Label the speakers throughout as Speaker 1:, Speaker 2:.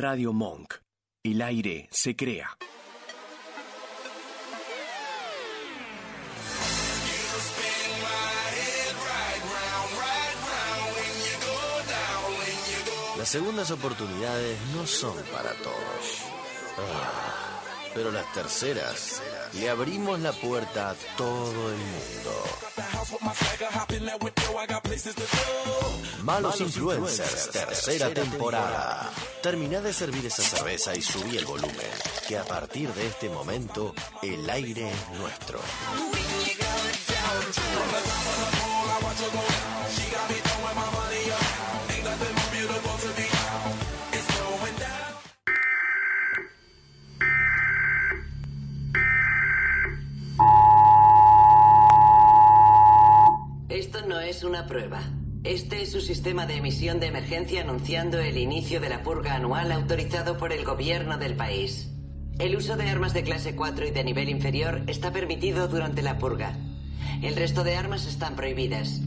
Speaker 1: Radio Monk. El aire se crea.
Speaker 2: Las segundas oportunidades no son para todos. Ah, pero las terceras le abrimos la puerta a todo el mundo. Malos Influencers, tercera temporada. Terminá de servir esa cerveza y subí el volumen, que a partir de este momento el aire es nuestro.
Speaker 3: Esto no es una prueba. Este es su sistema de emisión de emergencia anunciando el inicio de la purga anual autorizado por el gobierno del país. El uso de armas de clase 4 y de nivel inferior está permitido durante la purga. El resto de armas están prohibidas.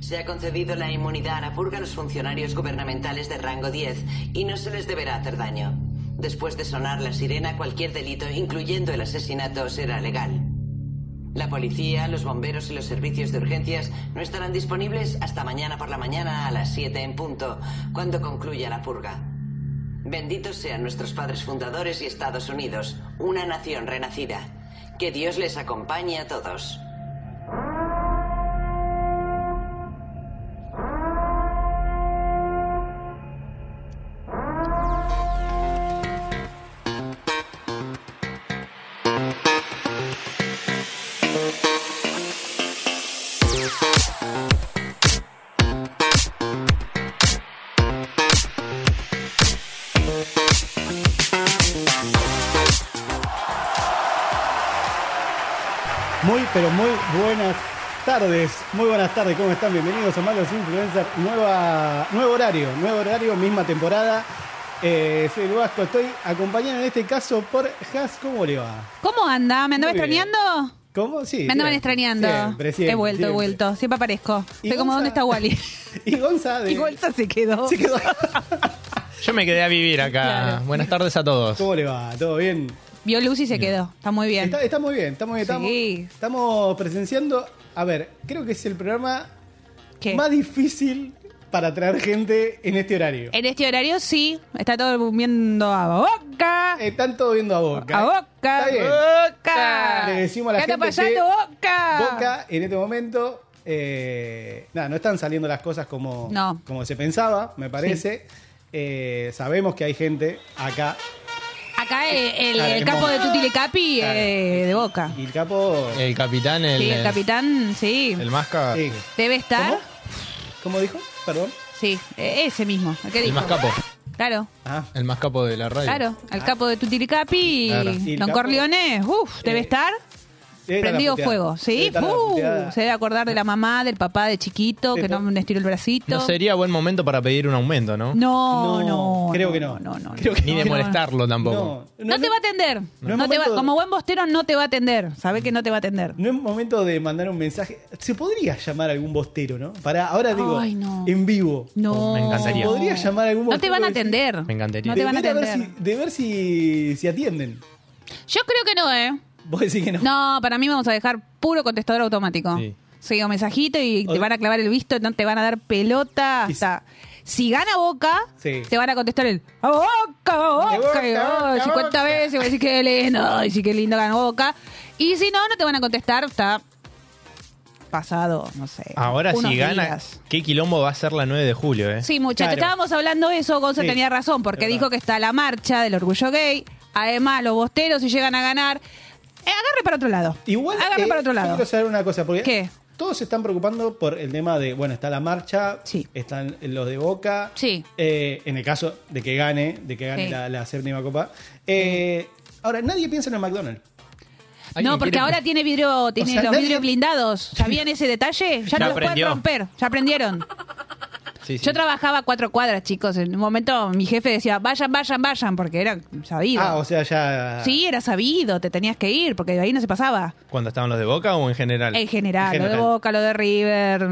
Speaker 3: Se ha concedido la inmunidad a la purga a los funcionarios gubernamentales de rango 10 y no se les deberá hacer daño. Después de sonar la sirena, cualquier delito, incluyendo el asesinato, será legal. La policía, los bomberos y los servicios de urgencias no estarán disponibles hasta mañana por la mañana a las 7 en punto, cuando concluya la purga. Benditos sean nuestros padres fundadores y Estados Unidos, una nación renacida. Que Dios les acompañe a todos.
Speaker 4: Muy, pero muy buenas tardes. Muy buenas tardes, ¿cómo están? Bienvenidos a Malos Influencers. Nueva, nuevo horario, nuevo horario, misma temporada. Eh, soy el Vasco, estoy acompañado en este caso por Has. ¿Cómo le va?
Speaker 5: ¿Cómo anda? ¿Me andaban
Speaker 4: Muy bien.
Speaker 5: extrañando?
Speaker 4: ¿Cómo? Sí.
Speaker 5: Me andaban
Speaker 4: bien.
Speaker 5: extrañando.
Speaker 4: Siempre, siempre,
Speaker 5: he vuelto,
Speaker 4: siempre.
Speaker 5: he vuelto. Siempre aparezco.
Speaker 4: Y
Speaker 5: Soy como,
Speaker 4: Gonza-
Speaker 5: ¿dónde está Wally?
Speaker 4: Y Gonza de...
Speaker 5: y Gonza se quedó.
Speaker 4: Se quedó.
Speaker 6: Yo me quedé a vivir acá.
Speaker 5: Claro.
Speaker 6: Buenas tardes a todos.
Speaker 4: ¿Cómo le va? ¿Todo bien?
Speaker 5: Vio Lucy y se quedó. Está muy bien.
Speaker 4: Está, está muy bien, está muy bien. Estamos,
Speaker 5: Sí.
Speaker 4: estamos presenciando... A ver, creo que es el programa
Speaker 5: ¿Qué?
Speaker 4: más difícil para traer gente en este horario.
Speaker 5: En este horario sí. Está todo viendo a boca.
Speaker 4: Están todos viendo a Boca.
Speaker 5: A
Speaker 4: Eh,
Speaker 5: boca.
Speaker 4: Está bien.
Speaker 5: Boca.
Speaker 4: Le decimos a la
Speaker 5: ¿Qué
Speaker 4: gente
Speaker 5: está pasando,
Speaker 4: que
Speaker 5: boca?
Speaker 4: Boca en este momento, eh, nada, no están saliendo las cosas como,
Speaker 5: No.
Speaker 4: como se pensaba, me parece. Eh, sabemos que hay gente acá
Speaker 5: Acá eh, el,
Speaker 4: Claro,
Speaker 5: el
Speaker 4: qué
Speaker 5: capo
Speaker 4: mono.
Speaker 5: de Tutti Capi
Speaker 4: Claro.
Speaker 5: eh, de boca.
Speaker 4: y el capo.
Speaker 6: El capitán, el,
Speaker 5: Sí, el capitán, sí.
Speaker 6: el máscara.
Speaker 4: sí.
Speaker 5: Debe estar.
Speaker 4: ¿Cómo? ¿Cómo dijo? Perdón.
Speaker 5: Sí, eh, ese mismo. ¿Qué
Speaker 6: El
Speaker 5: dijo?
Speaker 6: más capo.
Speaker 5: Claro.
Speaker 4: Ah,
Speaker 6: El más capo de la radio.
Speaker 5: Claro, el capo de Tutiricapi y
Speaker 6: Claro.
Speaker 4: Y el
Speaker 5: Don
Speaker 4: capo-
Speaker 5: Corleone, uff, debe
Speaker 4: Eh,
Speaker 5: estar
Speaker 4: debe estar
Speaker 5: prendido
Speaker 4: la puteada.
Speaker 5: fuego,
Speaker 4: Debe
Speaker 5: ¿sí?
Speaker 4: estar la
Speaker 5: Uh,
Speaker 4: puteada.
Speaker 5: se debe acordar de la mamá, del papá de chiquito,
Speaker 4: Sí,
Speaker 5: que no
Speaker 4: ¿no?
Speaker 5: me estiró el bracito.
Speaker 6: No sería buen momento para pedir un aumento, ¿no?
Speaker 5: no, no,
Speaker 4: creo que no.
Speaker 5: No, no,
Speaker 4: Creo que
Speaker 6: Ni de
Speaker 4: no.
Speaker 6: molestarlo
Speaker 4: No,
Speaker 6: tampoco.
Speaker 4: no,
Speaker 5: No te
Speaker 4: no-
Speaker 5: va a atender.
Speaker 4: No es
Speaker 5: No te va-
Speaker 4: momento-
Speaker 5: como buen bostero no te va a atender. Sabe que no te va a atender.
Speaker 4: No es momento de mandar un mensaje. Se podría llamar algún bostero, ¿no? Para ahora digo,
Speaker 5: Ay, no.
Speaker 4: en vivo.
Speaker 5: No.
Speaker 6: Me encantaría.
Speaker 4: Podría llamar a algún
Speaker 5: No te
Speaker 4: bostero
Speaker 5: van a
Speaker 4: y decir-
Speaker 5: atender.
Speaker 6: Me encantaría.
Speaker 5: No te van a
Speaker 4: de, ver
Speaker 5: atender.
Speaker 4: si, de ver si, si atienden.
Speaker 5: Yo creo que no, ¿eh?
Speaker 4: Vos decís que no.
Speaker 5: No, para mí vamos a dejar puro contestador automático. Sí,
Speaker 6: Sí.
Speaker 5: o mensajito y te
Speaker 4: O-
Speaker 5: van a clavar el visto, no te van a dar pelota
Speaker 4: Y-
Speaker 5: hasta... Si gana Boca,
Speaker 4: Sí.
Speaker 5: te van a contestar el "A Boca, a Boca,
Speaker 4: De Boca,
Speaker 5: y, oh,
Speaker 4: Boca,
Speaker 5: 50
Speaker 4: Boca".
Speaker 5: veces, y vos decís que lindo, y sí que lindo ganó Boca. Y si no, no te van a contestar hasta pasado, no sé.
Speaker 6: Ahora
Speaker 5: unos
Speaker 6: si gana,
Speaker 5: días.
Speaker 6: ¿qué quilombo va a ser la 9 de julio, eh?
Speaker 5: Sí, muchachos,
Speaker 4: Claro.
Speaker 5: estábamos hablando de eso, Gonza
Speaker 4: Sí,
Speaker 5: tenía razón, porque
Speaker 4: es verdad.
Speaker 5: dijo que está la marcha del orgullo gay. Además, los bosteros, si llegan a ganar, eh, agarre para otro lado.
Speaker 4: Igual.
Speaker 5: agarre
Speaker 4: eh,
Speaker 5: para otro
Speaker 4: yo
Speaker 5: lado.
Speaker 4: Quiero saber una cosa, porque
Speaker 5: ¿Qué?
Speaker 4: todos se están preocupando por el tema de, bueno, está la marcha,
Speaker 5: Sí.
Speaker 4: están los de Boca.
Speaker 5: Sí.
Speaker 4: eh, en el caso de que gane, de que gane
Speaker 5: Sí.
Speaker 4: la, la séptima copa. Eh, Ahora, nadie piensa en el McDonald's.
Speaker 6: ¿Alguien
Speaker 5: No, porque
Speaker 6: quiere-
Speaker 5: ahora tiene vidrio, tiene
Speaker 4: sea,
Speaker 5: los
Speaker 4: nadie-
Speaker 5: vidrios blindados. ¿Sabían ese detalle? Ya
Speaker 6: Ya
Speaker 5: no los
Speaker 6: aprendió.
Speaker 5: pueden romper, ya aprendieron.
Speaker 6: Sí, sí.
Speaker 5: Yo trabajaba a cuatro cuadras, chicos. En un momento mi jefe decía, vayan, vayan, vayan, porque era sabido.
Speaker 4: Ah, o sea, ya.
Speaker 5: Sí, era sabido, te tenías que ir, porque de ahí no se pasaba.
Speaker 6: ¿Cuando estaban los de Boca o en general?
Speaker 5: En general,
Speaker 4: En
Speaker 5: lo de
Speaker 4: general.
Speaker 5: Boca, lo de River,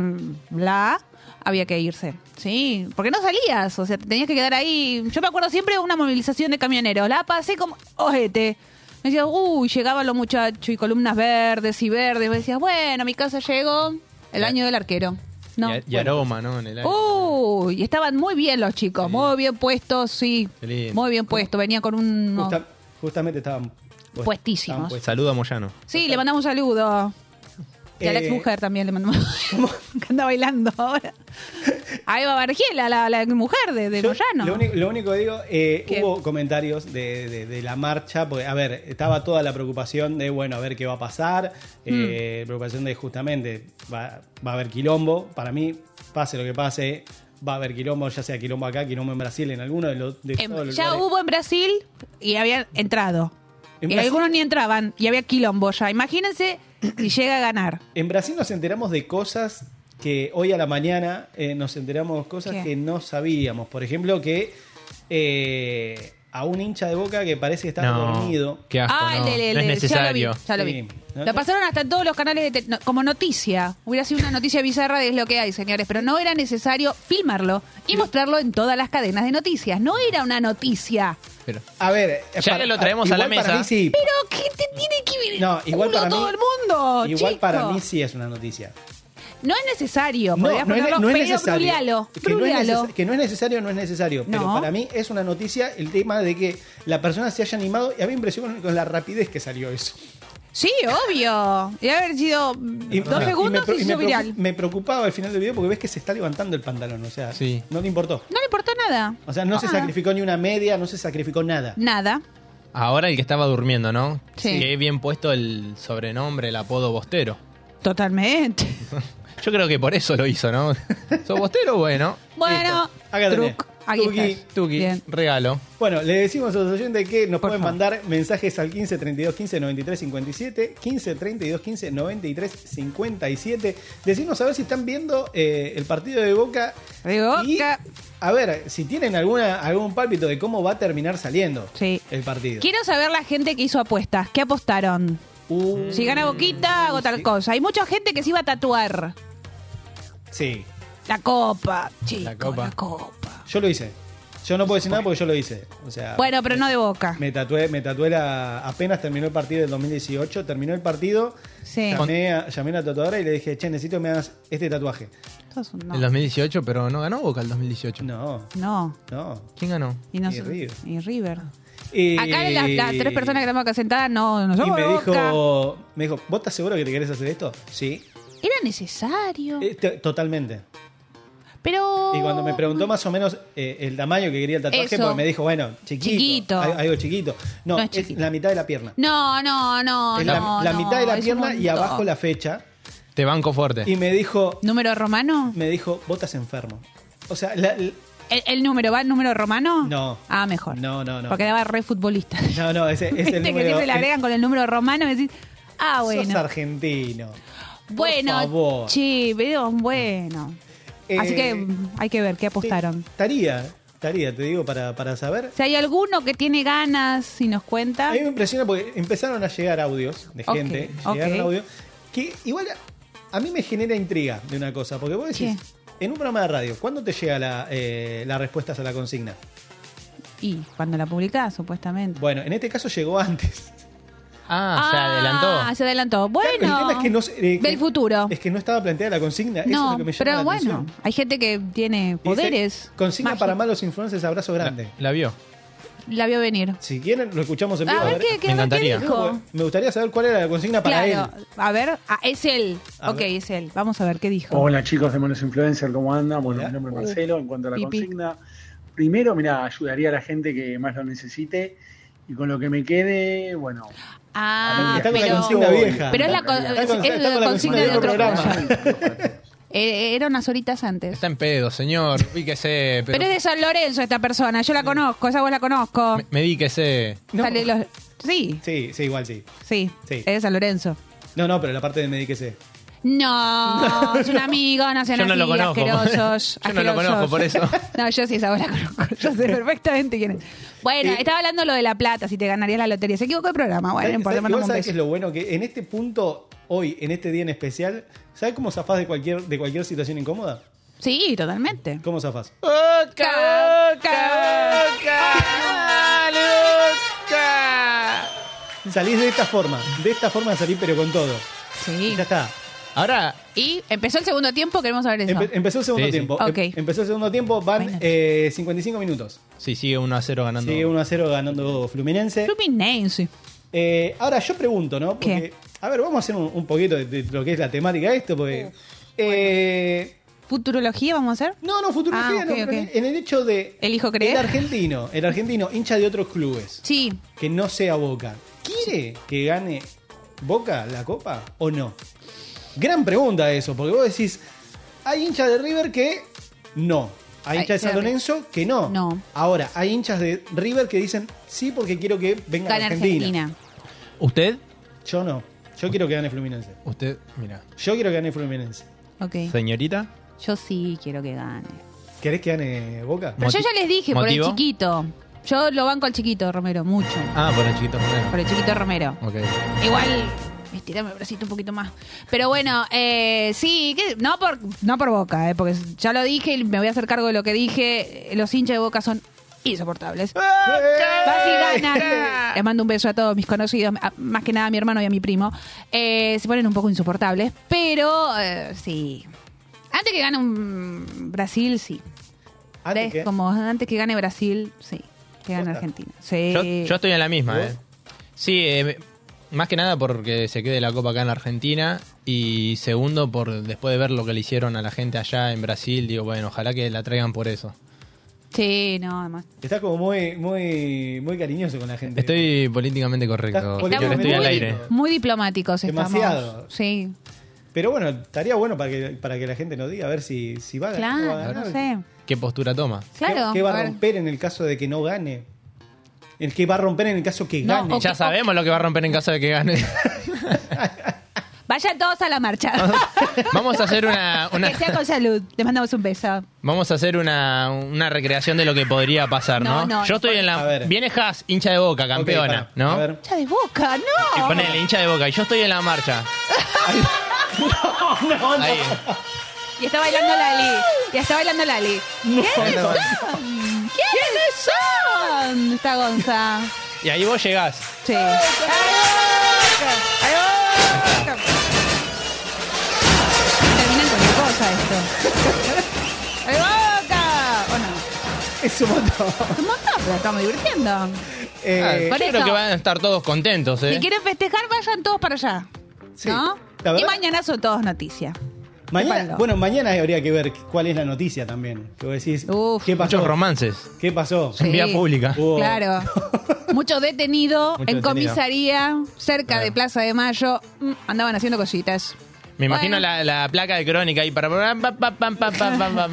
Speaker 5: bla. había que irse. Sí, porque no salías, o sea, te tenías que quedar ahí. Yo me acuerdo siempre de una movilización de camioneros. La pasé como ojete. Me decías, uy, llegaban los muchachos y columnas verdes y verdes. Me decías, bueno, mi casa llegó el
Speaker 6: Ya.
Speaker 5: año del arquero. No. Uh.
Speaker 6: y, y aroma, ¿no? En el aire.
Speaker 5: Uy, y estaban muy bien los chicos, muy bien puestos, sí.
Speaker 6: Qué lindo.
Speaker 5: Muy bien puestos, venían con un...
Speaker 4: Justa- justamente estaban puest-
Speaker 5: Puestísimos.
Speaker 4: estaban puestos.
Speaker 6: Pues Saluda a Moyano.
Speaker 5: Sí, le mandamos un saludo. Y a la
Speaker 4: Eh,
Speaker 5: exmujer también le mandamos. que anda bailando ahora. A Eva Bargiela, la, la exmujer de, de
Speaker 4: Yo
Speaker 5: Moyano.
Speaker 4: Lo único, lo único que digo, eh,
Speaker 5: ¿Qué?
Speaker 4: hubo comentarios de, de- de la marcha, porque, a ver, estaba toda la preocupación de, bueno, a ver qué va a pasar, eh,
Speaker 5: Mm.
Speaker 4: preocupación de justamente, va, va a haber quilombo, para mí, pase lo que pase, va a haber quilombo, ya sea quilombo acá, quilombo en Brasil, en alguno de los... De
Speaker 5: En-
Speaker 4: todos los
Speaker 5: Em, ya
Speaker 4: lugares.
Speaker 5: hubo en Brasil y habían entrado.
Speaker 4: En
Speaker 5: y
Speaker 4: Brasil-
Speaker 5: algunos ni entraban y había quilombo ya. Imagínense si llega a ganar.
Speaker 4: En Brasil nos enteramos de cosas que hoy a la mañana eh, nos enteramos cosas
Speaker 5: ¿Qué?
Speaker 4: que no sabíamos. Por ejemplo, que eh, a un hincha de boca que parece que está dormido.
Speaker 6: Qué asco,
Speaker 5: ah, el
Speaker 6: no.
Speaker 5: del- el
Speaker 6: No es
Speaker 5: del-
Speaker 6: necesario.
Speaker 5: Ya lo vi.
Speaker 4: Sí.
Speaker 5: Ya lo, vi.
Speaker 4: No,
Speaker 5: Lo
Speaker 4: no.
Speaker 5: pasaron hasta en todos los canales de te- no, como noticia. Hubiera sido una noticia bizarra de es lo que hay, señores. Pero no era necesario filmarlo y mostrarlo en todas las cadenas de noticias. No era una noticia.
Speaker 6: Pero-
Speaker 4: A ver, eh,
Speaker 6: Ya
Speaker 4: para-
Speaker 6: que lo traemos a la
Speaker 4: igual para
Speaker 6: mesa.
Speaker 4: mí sí.
Speaker 5: Pero ¿qué te tiene que ver? el
Speaker 4: No, igual
Speaker 5: culo
Speaker 4: para mí-
Speaker 5: todo el mundo.
Speaker 4: Igual
Speaker 5: chico?
Speaker 4: para mí sí es una noticia.
Speaker 5: No es necesario.
Speaker 4: No,
Speaker 5: podrías
Speaker 4: no es,
Speaker 5: ponerlo,
Speaker 4: no es
Speaker 5: pero
Speaker 4: necesario.
Speaker 5: brulealo,
Speaker 4: Que no es
Speaker 5: brulealo.
Speaker 4: neces- que no es necesario, no es necesario. Pero
Speaker 5: No.
Speaker 4: para mí es una noticia el tema de que la persona se haya animado y a mí me impresionó con la rapidez que salió eso.
Speaker 5: Sí, obvio. Y haber sido mm,
Speaker 4: Y-
Speaker 5: dos
Speaker 4: y
Speaker 5: segundos
Speaker 4: pro-
Speaker 5: y,
Speaker 4: y
Speaker 5: se hizo
Speaker 4: preocu-
Speaker 5: viral.
Speaker 4: me preocupaba al final del video porque ves que se está levantando el pantalón, o sea,
Speaker 6: Sí.
Speaker 4: no le importó.
Speaker 5: No le importó nada.
Speaker 4: O sea, no se
Speaker 5: Ah.
Speaker 4: sacrificó ni una media, no se sacrificó nada.
Speaker 5: Nada.
Speaker 6: Ahora el que estaba durmiendo, ¿no?
Speaker 5: Sí.
Speaker 6: Que bien puesto el sobrenombre, el apodo Bostero.
Speaker 5: Totalmente.
Speaker 6: Yo creo que por eso lo hizo, ¿no? ¿Sos Bostero? Bueno.
Speaker 5: Bueno,
Speaker 4: Acá tenés.
Speaker 5: truc. Aquí
Speaker 4: Tuki,
Speaker 5: estás.
Speaker 6: Tuki,
Speaker 5: Bien.
Speaker 6: regalo.
Speaker 4: Bueno, le decimos a los oyentes que nos
Speaker 5: Por
Speaker 4: pueden
Speaker 5: favor.
Speaker 4: mandar mensajes al 15 32 15 93 57, 15 32 15 93 57. Decimos a ver si están viendo eh, el partido de Boca.
Speaker 5: De Boca.
Speaker 4: Y, a ver, si tienen alguna algún pálpito de cómo va a terminar saliendo
Speaker 5: Sí.
Speaker 4: el partido.
Speaker 5: Quiero saber la gente que hizo apuestas. ¿Qué apostaron?
Speaker 4: Uh,
Speaker 5: Si gana Boquita, hago tal
Speaker 4: sí.
Speaker 5: cosa. Hay mucha gente que se iba a tatuar.
Speaker 4: Sí,
Speaker 5: La copa, chico,
Speaker 6: La copa.
Speaker 5: La copa.
Speaker 4: yo lo hice. Yo no puedo decir nada porque yo lo hice. O sea,
Speaker 5: Bueno, pero no de boca.
Speaker 4: Me tatué, me tatué la, apenas terminó el partido del 2018, terminó el partido,
Speaker 5: Sí.
Speaker 4: llamé a, llamé a la tatuadora y le dije, che, necesito que me hagas este tatuaje.
Speaker 5: Esto es un
Speaker 6: El
Speaker 5: no.
Speaker 6: 2018, pero no ganó Boca el 2018.
Speaker 4: No,
Speaker 5: No.
Speaker 4: no.
Speaker 6: ¿Quién ganó?
Speaker 5: Y, no
Speaker 4: Y
Speaker 5: sé-
Speaker 4: River.
Speaker 5: y River.
Speaker 4: Y-
Speaker 5: Acá de las, las tres personas que estamos acá sentadas no, no
Speaker 4: Eh, Y
Speaker 5: somos
Speaker 4: me
Speaker 5: de Boca.
Speaker 4: dijo, me dijo, ¿vos estás seguro que te querés hacer esto? Sí.
Speaker 5: Era necesario.
Speaker 4: Eh, te- totalmente.
Speaker 5: pero.
Speaker 4: Y cuando me preguntó más o menos eh, el tamaño que quería el tatuaje,
Speaker 5: Eso.
Speaker 4: porque me dijo, bueno, chiquito,
Speaker 5: Chiquito.
Speaker 4: al- algo chiquito. No,
Speaker 5: No es
Speaker 4: es,
Speaker 5: chiquito.
Speaker 4: la mitad de la pierna.
Speaker 5: No, no, no.
Speaker 4: es la,
Speaker 5: no,
Speaker 4: la
Speaker 5: no,
Speaker 4: mitad de la
Speaker 5: es un
Speaker 4: pierna y
Speaker 5: montón.
Speaker 4: abajo la fecha.
Speaker 6: Te banco fuerte.
Speaker 4: Y me dijo,
Speaker 5: ¿Número romano?
Speaker 4: me dijo, vos estás enfermo. O sea, la- la-
Speaker 5: ¿El, el número va el número romano?
Speaker 4: No.
Speaker 5: Ah, mejor.
Speaker 4: No, no, no.
Speaker 5: Porque daba re futbolista.
Speaker 4: No, no, ese es
Speaker 5: Viste
Speaker 4: el
Speaker 5: que
Speaker 4: número.
Speaker 5: siempre le agregan con el número romano y decís. Ah,
Speaker 4: Sos
Speaker 5: bueno.
Speaker 4: argentino.
Speaker 5: Bueno,
Speaker 4: Por favor.
Speaker 5: sí, pero bueno. Así
Speaker 4: Eh,
Speaker 5: que mm, hay que ver qué apostaron.
Speaker 4: Sí, Estaría, estaría, te digo, para, para saber.
Speaker 5: Si hay alguno que tiene ganas y nos
Speaker 4: A
Speaker 5: cuenta.
Speaker 4: mí me impresiona porque empezaron a llegar audios de
Speaker 5: Ok,
Speaker 4: gente.
Speaker 5: ok.
Speaker 4: Llegaron audios. Que igual a, a mí me genera intriga de una cosa. Porque vos decís, en un programa de radio, ¿cuándo te llega la, eh, las respuestas a la consigna?
Speaker 5: Y cuando la publicás, supuestamente.
Speaker 4: Bueno, en este caso llegó antes.
Speaker 6: Ah, se
Speaker 5: Ah,
Speaker 6: adelantó.
Speaker 5: se adelantó. Bueno,
Speaker 4: Claro, el tema es que no se- eh, que-
Speaker 5: del futuro.
Speaker 4: Es que no estaba planteada la consigna. eso es
Speaker 5: no,
Speaker 4: lo que me llama
Speaker 5: pero
Speaker 4: la
Speaker 5: bueno,
Speaker 4: atención.
Speaker 5: hay gente que tiene
Speaker 4: Dice,
Speaker 5: poderes.
Speaker 4: Consigna
Speaker 5: mágicos.
Speaker 4: para malos influencers, abrazo grande.
Speaker 6: La, la vio.
Speaker 5: La vio venir.
Speaker 4: Si quieren, lo escuchamos en vivo.
Speaker 5: A ver qué, qué,
Speaker 6: me
Speaker 5: a ver qué
Speaker 6: encantaría.
Speaker 5: dijo.
Speaker 4: Me gustaría saber cuál era la consigna para
Speaker 5: Claro,
Speaker 4: él.
Speaker 5: a ver, ah, es él.
Speaker 4: A
Speaker 5: ok,
Speaker 4: ver.
Speaker 5: es él. Vamos a ver qué dijo.
Speaker 7: Hola chicos de Manos Influencer, ¿cómo andan? Bueno,
Speaker 4: Hola.
Speaker 7: mi nombre es Marcelo. En cuanto a la
Speaker 5: Pipi.
Speaker 7: consigna, primero, mira, ayudaría a la gente que más lo necesite. Y con lo que me quede, bueno.
Speaker 5: Ah,
Speaker 4: Está con la
Speaker 5: pero,
Speaker 4: consigna vieja.
Speaker 5: pero es la, con-
Speaker 7: Está
Speaker 5: es
Speaker 4: con- está
Speaker 5: la
Speaker 4: con la
Speaker 5: consigna
Speaker 4: consigna
Speaker 5: de
Speaker 4: del
Speaker 5: otro
Speaker 4: programa.
Speaker 5: programa. era unas horitas antes.
Speaker 6: Está en pedo, señor. Píquese.
Speaker 5: Pero,
Speaker 6: Pero,
Speaker 5: es de San Lorenzo esta persona, yo la conozco, esa voz la conozco.
Speaker 6: me- medíquese.
Speaker 4: No.
Speaker 5: Sale los- Sí,
Speaker 4: Sí, sí, igual sí.
Speaker 5: sí,
Speaker 4: Sí.
Speaker 5: es de San Lorenzo.
Speaker 4: No, no, pero la parte de Medíquese.
Speaker 5: No, es un amigo, no sean
Speaker 6: Yo no
Speaker 5: así,
Speaker 6: lo conozco.
Speaker 5: asquerosos.
Speaker 6: Yo no lo
Speaker 5: asquerosos.
Speaker 6: conozco, por eso.
Speaker 5: No, yo sí esa voz la conozco, yo sé perfectamente quién es. Bueno, estaba hablando lo de la plata, si te ganarías la lotería. Se equivocó el programa, bueno, no
Speaker 4: ¿Sabes-
Speaker 5: importa,
Speaker 4: sabes-
Speaker 5: mandamos
Speaker 4: Igual
Speaker 5: un
Speaker 4: sabes que
Speaker 5: beso.
Speaker 4: es lo bueno que en este punto, hoy, en este día en especial, ¿sabes cómo zafás de cualquier, de cualquier situación incómoda?
Speaker 5: Sí, totalmente.
Speaker 4: ¿Cómo zafás?
Speaker 5: Boca, boca,
Speaker 4: Salís de esta forma, de esta forma salís pero con todo. Y
Speaker 5: Sí.
Speaker 4: ya está.
Speaker 6: Ahora,
Speaker 5: Y empezó el segundo tiempo, queremos saber eso.
Speaker 4: Empe- empezó el segundo
Speaker 6: Sí, sí.
Speaker 4: tiempo.
Speaker 5: Ok.
Speaker 4: Em- Empezó el segundo tiempo, van
Speaker 5: Bueno.
Speaker 4: eh, 55 minutos.
Speaker 6: sí, sigue 1 a 0 ganando.
Speaker 4: Sigue 1 a 0 ganando Fluminense.
Speaker 5: Fluminense.
Speaker 4: Eh, ahora yo pregunto, ¿no? Porque,
Speaker 5: ¿Qué?
Speaker 4: a ver, vamos a hacer un, un poquito de, de lo que es la temática de esto, porque.
Speaker 5: Uh,
Speaker 4: eh,
Speaker 5: ¿Futurología vamos a hacer?
Speaker 4: No, no, futurología,
Speaker 5: Ah,
Speaker 4: no,
Speaker 5: ok,
Speaker 4: pero
Speaker 5: ok.
Speaker 4: en el hecho de.
Speaker 5: Elijo creer.
Speaker 4: El argentino, el argentino, hincha de otros clubes,
Speaker 5: Sí.
Speaker 4: que no sea Boca, ¿quiere que gane Boca la copa o no? Gran pregunta eso, porque vos decís, hay hinchas de River que no. Hay
Speaker 5: Ay,
Speaker 4: hinchas de San
Speaker 5: claro.
Speaker 4: Lorenzo que no.
Speaker 5: No.
Speaker 4: Ahora, hay hinchas de River que dicen, sí, porque quiero que venga
Speaker 5: Gana
Speaker 4: la Argentina.
Speaker 5: Argentina.
Speaker 6: ¿Usted?
Speaker 4: Yo no. Yo quiero que gane Fluminense.
Speaker 6: Usted, mira.
Speaker 4: Yo quiero que gane Fluminense.
Speaker 5: Ok.
Speaker 6: Señorita,
Speaker 5: Yo sí quiero que gane.
Speaker 4: ¿Querés que gane Boca?
Speaker 5: Pero yo
Speaker 6: Moti-
Speaker 5: ya les dije, por el
Speaker 6: ¿Motivo?
Speaker 5: chiquito. Yo lo banco al chiquito Romero, mucho.
Speaker 6: Ah, por el chiquito
Speaker 5: Por
Speaker 6: primero.
Speaker 5: el chiquito Romero.
Speaker 6: Ok.
Speaker 5: Igual, estirame el bracito un poquito más. Pero bueno, eh, sí, que- no, por, no por boca, eh, porque ya lo dije y me voy a hacer cargo de lo que dije. Los hinchas de boca son
Speaker 6: ¡Eh!
Speaker 5: insoportables. Vas y ganas. Les mando un beso a todos mis conocidos, a- más que nada a mi hermano y a mi primo. Eh, se ponen un poco insoportables, pero eh, sí. Antes que gane un Brasil, sí.
Speaker 4: Antes
Speaker 5: Es
Speaker 4: que-
Speaker 5: como antes que gane Brasil, sí. Que gane
Speaker 4: Posta.
Speaker 5: Argentina. Sí.
Speaker 6: Yo, yo estoy en la misma,
Speaker 4: ¿Vos?
Speaker 6: ¿eh? Sí, eh, más que nada porque se quede la Copa acá en la Argentina y segundo por después de ver lo que le hicieron a la gente allá en Brasil, digo, bueno, ojalá que la traigan por eso.
Speaker 5: Sí, no, además.
Speaker 4: Estás como muy, muy, muy cariñoso con la gente.
Speaker 6: Estoy políticamente correcto.
Speaker 4: Estás
Speaker 6: Yo
Speaker 4: políticamente
Speaker 6: estoy al
Speaker 5: muy,
Speaker 6: aire.
Speaker 5: muy diplomáticos estamos.
Speaker 4: Demasiado.
Speaker 5: Sí,
Speaker 4: Pero bueno, estaría bueno para que, para que la gente nos diga, a ver si, si va a ganar. no va a
Speaker 5: claro,
Speaker 4: ganar.
Speaker 5: no sé.
Speaker 6: ¿Qué postura toma?
Speaker 4: ¿Qué-
Speaker 5: Claro.
Speaker 4: ¿Qué, va
Speaker 5: a
Speaker 4: a
Speaker 5: ver.
Speaker 4: romper en el caso de que no gane? ¿El que va a romper en el caso que
Speaker 5: No,
Speaker 4: gane?
Speaker 5: o-
Speaker 6: Ya
Speaker 5: Ok,
Speaker 6: sabemos lo que va a romper en caso de que gane.
Speaker 5: Vayan todos a la marcha.
Speaker 6: Vamos a hacer una, Ah. una-
Speaker 5: Que sea con salud. Les mandamos un beso.
Speaker 6: vamos a hacer una, una recreación de lo que podría pasar, ¿no?
Speaker 5: No, no,
Speaker 6: Yo estoy en
Speaker 4: A
Speaker 6: la
Speaker 4: ver.
Speaker 6: viene Haas, hincha de Boca,
Speaker 4: Ok,
Speaker 6: campeona,
Speaker 4: pará,
Speaker 6: ¿no?
Speaker 4: A ver.
Speaker 5: Hincha de boca,
Speaker 6: Y
Speaker 5: no.
Speaker 6: ponele hincha de Boca y yo estoy en la marcha.
Speaker 4: No, no,
Speaker 6: Ahí.
Speaker 5: Y está bailando Lali. Y está bailando Lali. ¿Quiénes
Speaker 4: no.
Speaker 5: son? ¿Quiénes son? Está Gonza.
Speaker 6: Y ahí vos llegás.
Speaker 5: Sí. Terminan cualquier cosa esto. ¡Ay, boca! ¿O no?
Speaker 4: Es un montón.
Speaker 5: Es un montón, pero estamos divirtiendo.
Speaker 6: Ah,
Speaker 4: Eh,
Speaker 6: yo
Speaker 5: por eso.
Speaker 6: creo que van a estar todos contentos, ¿eh?
Speaker 5: Si quieren festejar, vayan todos para allá.
Speaker 4: Sí.
Speaker 5: ¿No?
Speaker 4: La verdad-
Speaker 5: Y mañana son todos noticias.
Speaker 4: mañana,
Speaker 5: Prepáralo.
Speaker 4: bueno, mañana habría que ver cuál es la noticia también. Que vos decís,
Speaker 5: Uf.
Speaker 4: ¿qué pasó?
Speaker 6: Muchos romances.
Speaker 4: ¿Qué pasó?
Speaker 5: Sí.
Speaker 6: En vía pública.
Speaker 4: Hubo-
Speaker 5: Claro. Mucho detenido
Speaker 6: Mucho
Speaker 5: en
Speaker 6: detenido.
Speaker 5: comisaría, cerca
Speaker 4: Ah.
Speaker 5: de Plaza de Mayo. Mm, Andaban haciendo cositas.
Speaker 6: Me imagino
Speaker 5: Bueno.
Speaker 6: la, la placa de crónica ahí para. pam, pam, pam, pam, pam, pam, pam.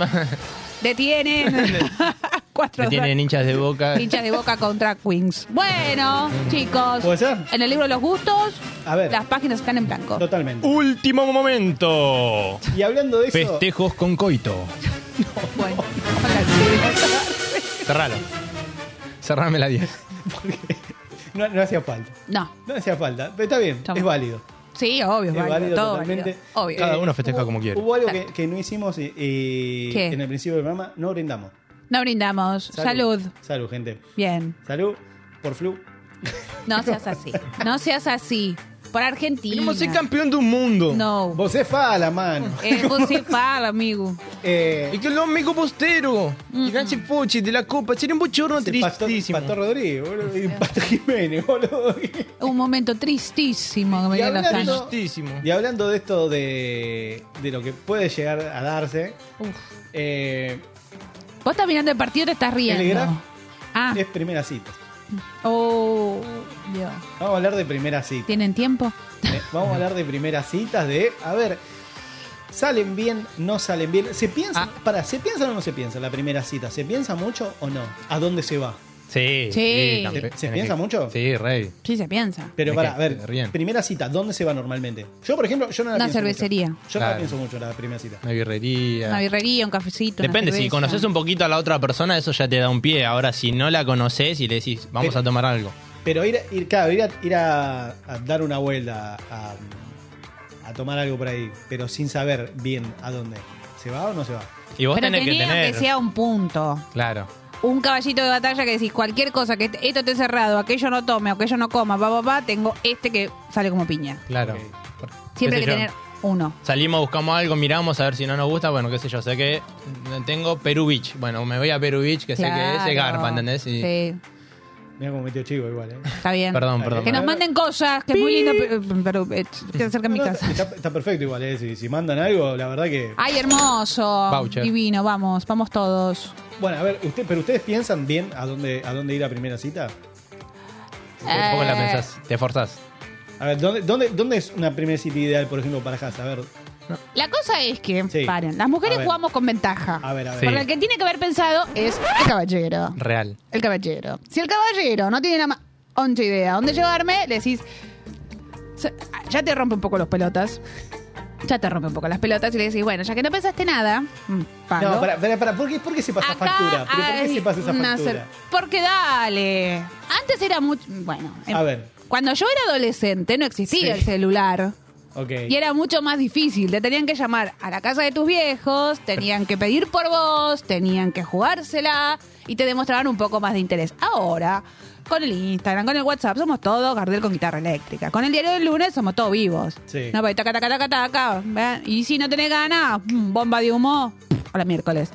Speaker 5: Detienen. Cuatro
Speaker 6: Que tienen hinchas de boca.
Speaker 5: Hinchas de boca contra Queens. Bueno, chicos.
Speaker 4: ¿Puede ser?
Speaker 5: En el libro de los gustos,
Speaker 4: A ver.
Speaker 5: las páginas están en blanco.
Speaker 4: Totalmente.
Speaker 6: Uh. Último momento.
Speaker 4: Y hablando de eso,
Speaker 6: Festejos con coito.
Speaker 5: Bueno, hola, chicos.
Speaker 6: Cerralo. Cerrame la 10.
Speaker 4: no, no hacía falta.
Speaker 5: No.
Speaker 4: No hacía falta. Pero está bien,
Speaker 5: Toma.
Speaker 4: es válido.
Speaker 5: Sí, obvio,
Speaker 4: Es
Speaker 5: válido,
Speaker 4: válido
Speaker 5: todo
Speaker 4: totalmente. Eh,
Speaker 5: válido. Obvio.
Speaker 6: Cada uno festeja como quiere.
Speaker 4: Hubo algo que, que no hicimos eh, eh,
Speaker 5: ¿Qué?
Speaker 4: en el principio del programa, no brindamos.
Speaker 5: No brindamos. Salud.
Speaker 4: Salud, gente.
Speaker 5: Bien.
Speaker 4: Salud por flu.
Speaker 5: No seas así. No seas así. Por Argentina.
Speaker 6: campeón del mundo.
Speaker 5: No. Eh,
Speaker 4: Vos se fa la mano.
Speaker 5: Es bucifal, amigo.
Speaker 4: Eh,
Speaker 6: que el amigo postero.
Speaker 5: Mm.
Speaker 6: Y Nancy Pochi de la Copa. Sería un bochorno
Speaker 4: el Pastor, Pastor Rodríguez, boludo. Y Pastor Jiménez, boludo.
Speaker 5: Un momento tristísimo que me
Speaker 4: Y
Speaker 5: dio los
Speaker 4: hablando-
Speaker 5: años.
Speaker 6: Tristísimo.
Speaker 4: Y hablando de esto de, de lo que puede llegar a darse,
Speaker 5: Uf.
Speaker 4: eh,
Speaker 5: Vos estás mirando el partido y te estás riendo.
Speaker 4: El Graf
Speaker 5: ah.
Speaker 4: es primera cita.
Speaker 5: Oh, Dios.
Speaker 4: Vamos a hablar de primera cita.
Speaker 5: ¿Tienen tiempo?
Speaker 4: Eh, Vamos a hablar de primeras citas, de, a ver, salen bien, no salen bien. ¿Se piensa,
Speaker 5: Ah.
Speaker 4: para, ¿se piensa o no se piensa la primera cita? ¿Se piensa mucho o no? ¿A dónde se va?
Speaker 6: Sí.
Speaker 5: Sí.
Speaker 6: campe-
Speaker 4: ¿Se- se
Speaker 6: tenés
Speaker 4: piensa
Speaker 6: que-
Speaker 4: mucho?
Speaker 6: Sí, rey.
Speaker 5: Sí, se piensa.
Speaker 4: Pero
Speaker 6: Es
Speaker 4: para,
Speaker 6: que
Speaker 4: a ver,
Speaker 6: ríen.
Speaker 4: primera cita, ¿dónde se va normalmente? Yo, por ejemplo, yo no la
Speaker 5: Una
Speaker 4: pienso
Speaker 5: cervecería.
Speaker 4: mucho. Yo no la
Speaker 6: Claro.
Speaker 4: pienso mucho la primera cita.
Speaker 6: Una birrería.
Speaker 5: Una birrería, un cafecito. una
Speaker 6: Depende, si
Speaker 5: cerveza.
Speaker 6: conoces un poquito a la otra persona, eso ya te da un pie. Ahora, si no la conoces y le decís, vamos
Speaker 4: Pero-
Speaker 6: a tomar algo.
Speaker 4: Pero ir, ir, claro, ir, a, ir a, a dar una vuelta, a, a tomar algo por ahí, pero sin saber bien a dónde. ¿Se va o no se va?
Speaker 6: Y vos
Speaker 5: Pero
Speaker 6: tenés que
Speaker 5: tenían
Speaker 6: tener.
Speaker 5: que sea un punto.
Speaker 6: Claro.
Speaker 5: un caballito de batalla que decís cualquier cosa, que esto esté cerrado, aquello no tome o aquello no coma, va, va, va, tengo este que sale como piña.
Speaker 6: Claro.
Speaker 7: Ok.
Speaker 6: Por-
Speaker 5: Siempre hay que
Speaker 6: qué sé yo.
Speaker 5: tener uno.
Speaker 6: Salimos, buscamos algo, miramos a ver si no nos gusta. Bueno, qué sé yo, sé que tengo Perú Beach. Bueno, me voy a Perú Beach, que sé que es
Speaker 5: Claro.
Speaker 6: Garpa, ¿entendés? Y-
Speaker 5: Sí,
Speaker 4: Mira cómo metió chivo igual, ¿eh?
Speaker 5: está bien.
Speaker 6: Perdón, perdón.
Speaker 5: Que nos
Speaker 6: perdón.
Speaker 5: manden cosas, que es muy lindo, pe- pero eh, que cerca de mi
Speaker 4: No, no,
Speaker 5: casa.
Speaker 4: Está, está perfecto igual, ¿eh? Si, si mandan algo, la verdad que...
Speaker 5: Ay, hermoso.
Speaker 6: Voucher.
Speaker 5: Divino, vamos, vamos todos.
Speaker 4: Bueno, a ver, usted, pero ¿ustedes piensan bien a dónde, a dónde ir a primera cita?
Speaker 6: Un poco la
Speaker 5: Eh,
Speaker 6: pensás, te forzás.
Speaker 4: A ver, ¿dónde, dónde, dónde es una primera cita ideal, por ejemplo, para casa? A ver,
Speaker 5: La cosa es que,
Speaker 4: Sí.
Speaker 5: paren, las mujeres
Speaker 4: A ver.
Speaker 5: jugamos con ventaja.
Speaker 4: a ver, a ver.
Speaker 6: Sí.
Speaker 5: Porque el que tiene que haber pensado es el caballero.
Speaker 6: Real.
Speaker 5: El caballero. Si el caballero no tiene la ma- oncha idea dónde llevarme, le decís. "Se- Ya te rompe un poco los pelotas. Ya te rompe un poco las pelotas y le decís, bueno, ya que no pensaste nada, mm, palo.
Speaker 4: No, para, para, para, ¿por qué, por qué se pasa
Speaker 5: Acá
Speaker 4: factura? ¿Pero ¿Por qué
Speaker 5: hay
Speaker 4: se pasa esa
Speaker 5: una
Speaker 4: factura?
Speaker 5: cer- Porque dale. Antes era mucho. Bueno, en-
Speaker 4: A ver,
Speaker 5: cuando yo era adolescente no existía
Speaker 4: Sí.
Speaker 5: el celular.
Speaker 4: ok.
Speaker 5: Y era mucho más difícil. Te tenían que llamar a la casa de tus viejos, tenían que pedir por vos, tenían que jugársela y te demostraban un poco más de interés. Ahora, con el Instagram, con el WhatsApp, somos todos Gardel con guitarra eléctrica. Con el diario del lunes somos todos vivos.
Speaker 4: Sí.
Speaker 5: No, pues, taca, taca, taca, taca. ¿ve? Y si no tenés ganas, mm, bomba de humo, a la miércoles.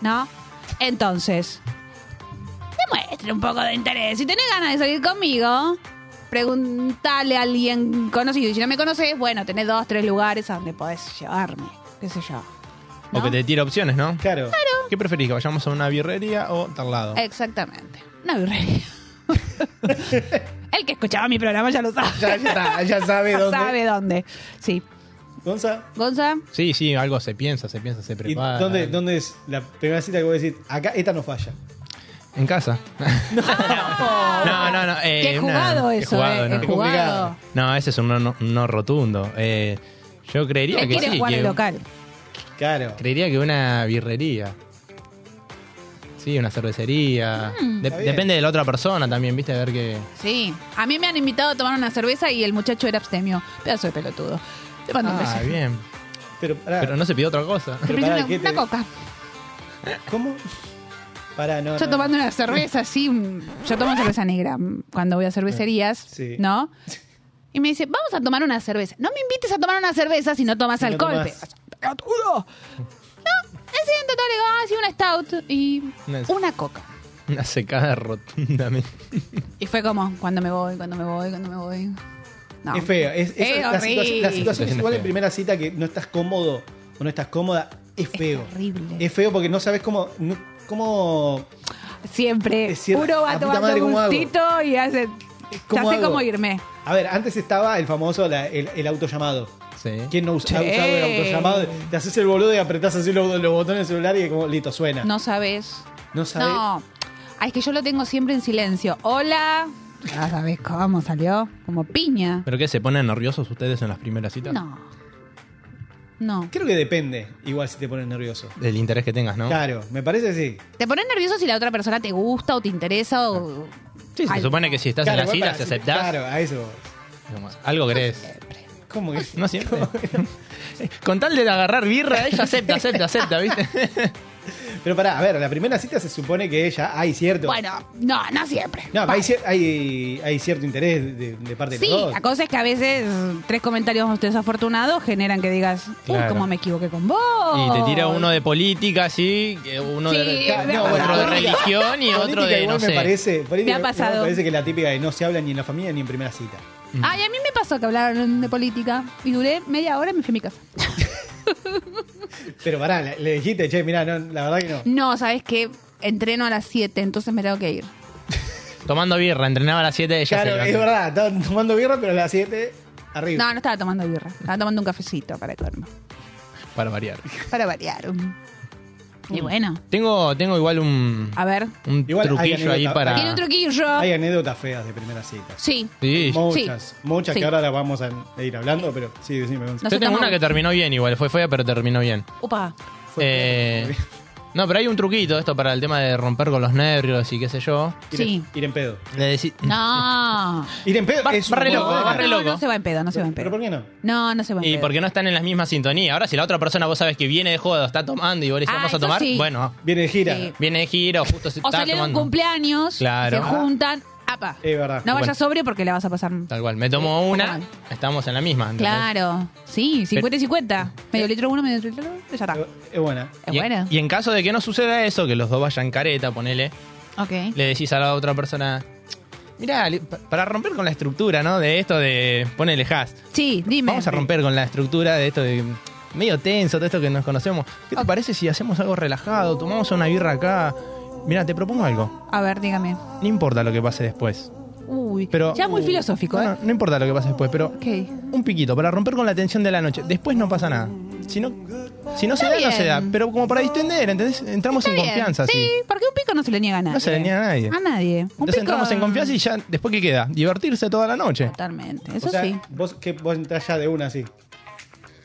Speaker 5: ¿No? Entonces, demuestre un poco de interés. Si tenés ganas de salir conmigo, preguntale a alguien conocido. Y si no me conoces, bueno, tenés dos, tres lugares a donde podés llevarme. ¿Qué sé yo? ¿no?
Speaker 6: O que te tira opciones, ¿no?
Speaker 4: Claro.
Speaker 6: ¿Qué preferís? ¿Que vayamos a una birrería o tal lado?
Speaker 5: Eh. Exactamente. Una birrería. El que escuchaba mi programa ya lo sabe.
Speaker 4: Ya, ya está, ya sabe
Speaker 5: Ya
Speaker 4: dónde.
Speaker 5: sabe dónde. Sí.
Speaker 4: Gonza,
Speaker 5: Gonza,
Speaker 6: Sí, sí, algo se piensa, se piensa, se
Speaker 4: ¿y
Speaker 6: prepara.
Speaker 4: dónde, dónde es la primera cita que voy a decir? Acá, esta no falla.
Speaker 6: En casa. No, no, no. eh,
Speaker 5: qué jugado
Speaker 6: una- qué
Speaker 5: eso,
Speaker 6: jugado,
Speaker 5: eh,
Speaker 6: no.
Speaker 5: qué
Speaker 4: Complicado.
Speaker 5: jugado.
Speaker 6: No, ese es un no, no- no rotundo. Eh, yo creería
Speaker 5: Le
Speaker 6: que
Speaker 5: quiere
Speaker 6: sí.
Speaker 5: jugar
Speaker 6: que-
Speaker 5: el local.
Speaker 4: Claro.
Speaker 6: Creería que una birrería. Sí, una cervecería.
Speaker 5: Mm.
Speaker 6: De-
Speaker 4: Está bien.
Speaker 6: depende de la otra persona también, ¿viste? A ver qué.
Speaker 5: Sí. A mí me han invitado a tomar una cerveza y el muchacho era abstemio. Pedazo de pelotudo. Te mando un
Speaker 6: Ah,
Speaker 5: beso.
Speaker 6: bien.
Speaker 4: Pero, pará,
Speaker 6: Pero no se pidió otra cosa.
Speaker 5: Te
Speaker 4: pero
Speaker 5: pedí
Speaker 4: pará,
Speaker 5: una,
Speaker 4: ¿qué te-
Speaker 5: una coca.
Speaker 4: ¿Cómo? Pará, no.
Speaker 5: Yo
Speaker 4: no.
Speaker 5: tomando una cerveza así, mm, yo tomo cerveza negra mm, cuando voy a cervecerías,
Speaker 4: Sí.
Speaker 5: ¿no? Y me dice, vamos a tomar una cerveza. No me invites a tomar una cerveza si no tomas
Speaker 4: Si no
Speaker 5: alcohol.
Speaker 4: tomás.
Speaker 5: pedazo de pelotudo. No, es cierto, todo le digo, ah, sí, una stout y
Speaker 6: Una-
Speaker 5: una coca.
Speaker 6: Una secada rotundamente.
Speaker 5: Y fue como, cuando me voy, cuando me voy, cuando me voy. No.
Speaker 4: Es feo. Es, es-
Speaker 5: Es
Speaker 4: la, situación, la
Speaker 5: horrible.
Speaker 4: situación es
Speaker 6: Es
Speaker 4: igual en
Speaker 6: feo.
Speaker 4: primera cita que no estás cómodo o no estás cómoda. Es feo.
Speaker 5: terrible.
Speaker 4: Es feo porque no sabes cómo. no- cómo
Speaker 5: Siempre.
Speaker 4: Es cierto.
Speaker 5: Uno va
Speaker 4: La puta madre,
Speaker 5: tomando
Speaker 4: ¿cómo hago?
Speaker 5: gustito y hace, ya
Speaker 4: ¿Cómo
Speaker 5: sé
Speaker 4: hago?
Speaker 5: cómo irme.
Speaker 4: a ver, antes estaba el famoso la- el, el autollamado.
Speaker 6: Sí.
Speaker 4: ¿Quién no us-
Speaker 5: Sí.
Speaker 4: ha usado el autollamado? Te haces el boludo y apretás así los, los botones del celular y como, listo, suena.
Speaker 5: No sabes.
Speaker 4: No sabes.
Speaker 5: No. Ay, es que yo lo tengo siempre en silencio. Hola. Ya sabes cómo salió. Como piña.
Speaker 6: ¿Pero qué? ¿Se ponen nerviosos ustedes en las primeras citas?
Speaker 5: No. No.
Speaker 4: Creo que depende, igual si te pones nervioso.
Speaker 6: Del interés que tengas, ¿no?
Speaker 4: Claro, me parece que sí.
Speaker 5: Te pones nervioso si la otra persona te gusta o te interesa o.
Speaker 6: Sí, se
Speaker 5: Ay,
Speaker 6: supone que si estás
Speaker 4: Claro,
Speaker 6: en la
Speaker 4: igual para-
Speaker 6: cita, si aceptás,
Speaker 4: Claro, a eso. voy.
Speaker 6: como, algo querés.
Speaker 4: ¿Cómo es?
Speaker 6: No siempre. Con tal de agarrar birra, ella acepta, acepta, acepta, ¿viste?
Speaker 4: Pero pará, a ver, la primera cita se supone que ya hay cierto.
Speaker 5: Bueno, no, no siempre.
Speaker 4: No, hay, cier- hay, hay cierto interés de, de parte de
Speaker 5: Sí,
Speaker 4: los dos.
Speaker 5: la cosa es que a veces tres comentarios desafortunados generan que digas, uy,
Speaker 6: Claro.
Speaker 5: cómo me equivoqué con vos.
Speaker 6: Y te tira uno de política, sí, que uno
Speaker 5: Oh. Sí,
Speaker 6: de,
Speaker 5: Ca- no,
Speaker 6: otro
Speaker 5: bueno,
Speaker 6: de
Speaker 4: política-
Speaker 6: religión y otro
Speaker 4: Política
Speaker 6: de,
Speaker 4: igual
Speaker 6: no
Speaker 4: me
Speaker 6: sé.
Speaker 4: parece, política
Speaker 5: ha
Speaker 4: igual
Speaker 5: pasado.
Speaker 4: Me parece que es la típica de no se habla ni en la familia ni en primera cita.
Speaker 5: Ay, a mí me pasó que hablaron de política y duré media hora y me fui a mi casa.
Speaker 4: Pero pará, le, le dijiste, che, mirá, no, la verdad que no.
Speaker 5: No, ¿sabes qué? Entreno a las 7, entonces me tengo que ir.
Speaker 6: Tomando birra, entrenaba a las 7 ella se
Speaker 4: claro,
Speaker 6: levantó.
Speaker 4: es verdad, estaban tomando birra, pero a las 7 arriba.
Speaker 5: No, no estaba tomando birra. Estaba tomando un cafecito para colmo.
Speaker 6: Para variar.
Speaker 5: Para variar. Y bueno,
Speaker 6: Tengo, tengo igual un,
Speaker 5: a ver.
Speaker 6: un
Speaker 4: Igual hay
Speaker 6: truquillo ahí
Speaker 4: anécdota.
Speaker 6: para.
Speaker 5: Tiene un truquillo.
Speaker 4: Hay anécdotas feas de primera cita.
Speaker 5: Sí.
Speaker 6: Sí,
Speaker 4: Muchas, muchas
Speaker 5: Sí.
Speaker 4: que ahora las vamos a ir hablando, pero sí, decime, Gonza.
Speaker 5: No
Speaker 6: yo
Speaker 5: se
Speaker 6: tengo
Speaker 5: toma-
Speaker 6: una que terminó bien igual, fue fea, pero terminó bien.
Speaker 5: Upa.
Speaker 4: Fue
Speaker 6: Eh,
Speaker 4: fea, muy bien.
Speaker 6: No, pero hay un truquito esto para el tema de romper con los nervios y qué sé yo.
Speaker 4: Ir,
Speaker 5: Sí.
Speaker 4: ir en pedo.
Speaker 6: Le decí-
Speaker 5: No.
Speaker 4: Ir en pedo
Speaker 6: Va-
Speaker 4: es
Speaker 6: va Mm. re
Speaker 4: un
Speaker 6: loco,
Speaker 4: bodrio.
Speaker 6: va re
Speaker 5: No,
Speaker 6: loco.
Speaker 5: no se va en pedo, no se va en
Speaker 4: ¿Pero
Speaker 5: pedo.
Speaker 4: por qué no?
Speaker 5: No, no se va en pedo.
Speaker 6: Y porque no están en las mismas sintonías. Ahora, si la otra persona vos sabes que viene de joda, está tomando y vos le decís,
Speaker 5: Ah,
Speaker 6: vamos a
Speaker 5: eso
Speaker 6: tomar,
Speaker 5: sí.
Speaker 6: bueno,
Speaker 4: Viene de gira.
Speaker 5: Sí.
Speaker 6: viene de gira o justo se
Speaker 5: O
Speaker 6: está
Speaker 5: salieron un
Speaker 6: tomando.
Speaker 5: cumpleaños,
Speaker 6: Claro.
Speaker 5: se juntan, apa.
Speaker 4: Es verdad.
Speaker 5: No
Speaker 6: Bueno.
Speaker 5: vayas sobrio porque la vas a pasar.
Speaker 6: Tal cual, me tomo una,
Speaker 5: Bueno.
Speaker 6: estamos en la misma. ¿entendés?
Speaker 5: Claro. Sí, 50 y 50. Medio litro uno, medio litro otro, ya está.
Speaker 4: Eh, Es buena.
Speaker 5: Es
Speaker 6: Eh. y,
Speaker 5: bueno.
Speaker 6: y en caso de que no suceda eso, que los dos vayan careta, ponele,
Speaker 5: Ok.
Speaker 6: le decís a la otra persona, mirá, li- pa- para romper con la estructura, ¿no? De esto de, ponele has.
Speaker 5: Sí, dime.
Speaker 6: Vamos a romper con la estructura de esto de medio tenso, de esto que nos conocemos. ¿Qué
Speaker 5: Ah.
Speaker 6: te parece si hacemos algo relajado? Tomamos una birra acá. Mira, te propongo algo.
Speaker 5: A ver, dígame.
Speaker 6: No importa lo que pase después.
Speaker 5: Uy,
Speaker 6: Pero, uh,
Speaker 5: ya muy filosófico,
Speaker 6: No,
Speaker 5: ¿eh?
Speaker 6: no, no importa lo que pase después, pero
Speaker 5: Ok.
Speaker 6: un piquito para romper con la tensión de la noche. Después no pasa nada. Si no, si no se
Speaker 5: Está
Speaker 6: da, no se da.
Speaker 5: bien.
Speaker 6: Pero como para distender, ¿entendés? Entramos en
Speaker 5: Está bien.
Speaker 6: confianza.
Speaker 5: Sí,
Speaker 6: así.
Speaker 5: porque un pico no se le niega a nadie.
Speaker 6: No se le niega a nadie.
Speaker 5: A nadie. Un
Speaker 6: Entonces
Speaker 5: pico-
Speaker 6: entramos en confianza y ya, ¿después qué queda? Divertirse toda la noche.
Speaker 5: Totalmente,
Speaker 4: O
Speaker 5: eso
Speaker 4: sea,
Speaker 5: sí.
Speaker 4: vos, que vos entrás ya de una así.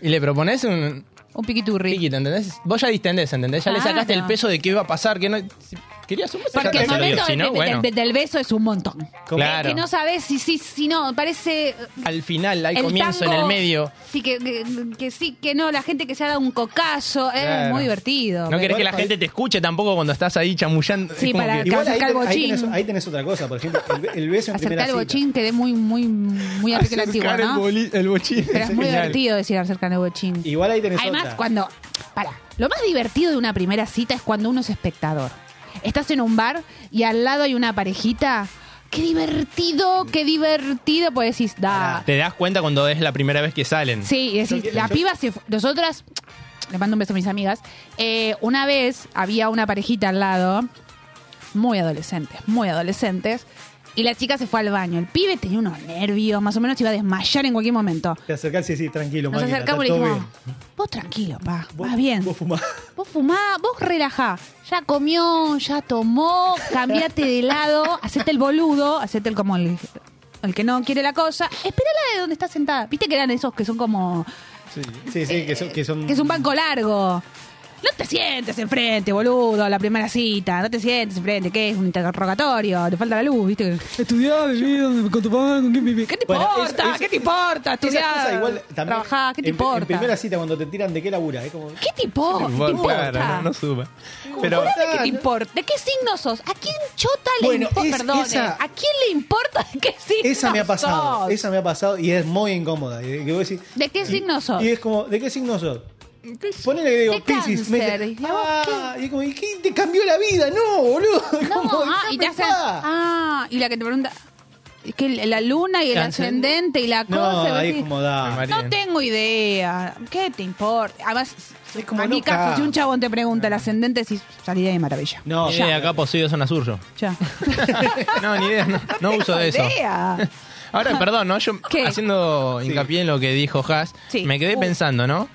Speaker 6: Y le propones un
Speaker 5: Un piquiturri.
Speaker 6: piquito, ¿entendés? Vos ya distendés, ¿entendés? Ya le
Speaker 5: Claro.
Speaker 6: sacaste el peso de qué iba a pasar, que no... si Querías un beso, ya
Speaker 5: Porque
Speaker 6: te
Speaker 5: el
Speaker 6: lo dio,
Speaker 5: momento
Speaker 6: si
Speaker 5: de-
Speaker 6: no,
Speaker 5: de-
Speaker 6: bueno.
Speaker 5: de- del beso es un montón.
Speaker 6: Claro.
Speaker 5: Que no sabes si sí, si no. Parece. eh,
Speaker 6: Al final, al
Speaker 5: el
Speaker 6: comienzo, en
Speaker 5: tango-
Speaker 6: el medio.
Speaker 5: Sí, que, que, que sí, que no. La gente que se ha dado un cocazo. Es
Speaker 6: Claro.
Speaker 5: muy divertido.
Speaker 6: No querés que la
Speaker 4: Igual-
Speaker 6: gente te escuche tampoco cuando estás ahí chamullando.
Speaker 5: Sí,
Speaker 6: Es como
Speaker 5: para-
Speaker 6: que-
Speaker 4: Igual ahí,
Speaker 5: Acerca el
Speaker 4: ten- ahí
Speaker 5: bochín.
Speaker 4: tenés, ahí tenés otra cosa, por ejemplo, el, be- el beso en primera
Speaker 5: Acercar el
Speaker 4: cita.
Speaker 5: bochín quedé muy, muy, muy a la antigua,
Speaker 6: Acercar el
Speaker 5: ¿no?
Speaker 6: boli- el bochín.
Speaker 5: Pero es muy
Speaker 6: Genial.
Speaker 5: divertido decir acercar el bochín.
Speaker 4: Igual ahí tenés
Speaker 5: Además,
Speaker 4: otra.
Speaker 5: cuando. Para. Lo más divertido de una primera cita es cuando uno es espectador. Estás en un bar y al lado hay una parejita. ¡Qué divertido! ¡Qué divertido! Pues decís, da.
Speaker 6: Te das cuenta cuando es la primera vez que salen.
Speaker 5: Sí, y decís,
Speaker 4: Yo-
Speaker 5: la
Speaker 4: yo-
Speaker 5: piba se. fu- Nosotras. Le mando un beso a mis amigas. Eh, una vez había una parejita al lado, muy adolescentes, muy adolescentes. Y la chica se fue al baño. El pibe tenía unos nervios, más o menos se iba a desmayar en cualquier momento.
Speaker 4: Te acercás y decís, tranquilo,
Speaker 5: Nos
Speaker 4: máquina,
Speaker 5: acercamos y
Speaker 4: está
Speaker 5: le
Speaker 4: todo
Speaker 5: dijimos,
Speaker 4: bien.
Speaker 5: vos tranquilo, pa,
Speaker 4: Vos-
Speaker 5: vas bien.
Speaker 4: Vos fumás.
Speaker 5: Vos fumá, vos relajá. Ya comió, ya tomó, cambiate de lado, hacete el boludo, hacete el como el, el que no quiere la cosa. Esperala de donde está sentada. Viste que eran esos que son como.
Speaker 4: Sí, sí, que son... Que son
Speaker 5: que es un banco largo. No te sientes enfrente, boludo, a la primera cita. No te sientes enfrente, ¿qué es? Un interrogatorio, te falta la luz, ¿viste? Estudiá, viví, con tu papá, con quién vivís. ¿Qué te
Speaker 4: Bueno, es-
Speaker 5: importa?
Speaker 4: es-
Speaker 5: ¿Qué te importa?
Speaker 4: Esas cosas
Speaker 5: Estudiá,
Speaker 4: igual también...
Speaker 5: trabajá, ¿qué te
Speaker 4: en-
Speaker 5: importa?
Speaker 4: En primera cita, cuando te tiran de qué labura, es como...
Speaker 5: ¿Qué te importa? ¿Qué te
Speaker 6: Bueno,
Speaker 5: importa?
Speaker 6: claro, no, no suba. Pero,
Speaker 5: Pero, ¿Qué te importa? ¿De qué signo sos? ¿A quién chota le
Speaker 4: Bueno,
Speaker 5: importa?
Speaker 4: es-
Speaker 5: Perdone,
Speaker 4: esa-
Speaker 5: ¿a quién le importa de qué signo
Speaker 4: Esa me ha pasado,
Speaker 5: sos?
Speaker 4: esa me ha pasado y es muy incómoda. Y, que vos decís-
Speaker 5: ¿De qué signo sos?
Speaker 4: y es como, ¿de qué signo sos? Ponele que digo,
Speaker 5: De
Speaker 4: Piscis. me
Speaker 5: cáncer.
Speaker 4: dice,
Speaker 5: Y vos,
Speaker 4: ah, y es como, ¿y qué te cambió la vida? No, boludo.
Speaker 5: No,
Speaker 4: Como,
Speaker 5: ah, y te
Speaker 4: déjame
Speaker 5: hacen,
Speaker 4: en paz.
Speaker 5: ah, y la que te pregunta, es que la luna y el
Speaker 6: Cáncer.
Speaker 5: ascendente y la
Speaker 4: No,
Speaker 5: cosa. y vos
Speaker 4: ahí es
Speaker 5: decís,
Speaker 4: como da.
Speaker 6: María.
Speaker 5: no tengo idea. ¿Qué te importa? Además,
Speaker 4: Es como
Speaker 5: a mi
Speaker 4: loca.
Speaker 5: caso, si un chabón te pregunta el ascendente, si salí de maravilla.
Speaker 4: No,
Speaker 6: Viene de acá poseído zona sur yo.
Speaker 5: Ya.
Speaker 6: No, ni idea, no, no uso de eso.
Speaker 5: Idea.
Speaker 6: Ahora, perdón, ¿no? Yo
Speaker 5: Ah. ¿Qué?
Speaker 6: haciendo hincapié en lo que dijo Haas,
Speaker 5: Sí.
Speaker 6: me quedé
Speaker 5: Uh.
Speaker 6: pensando, ¿no?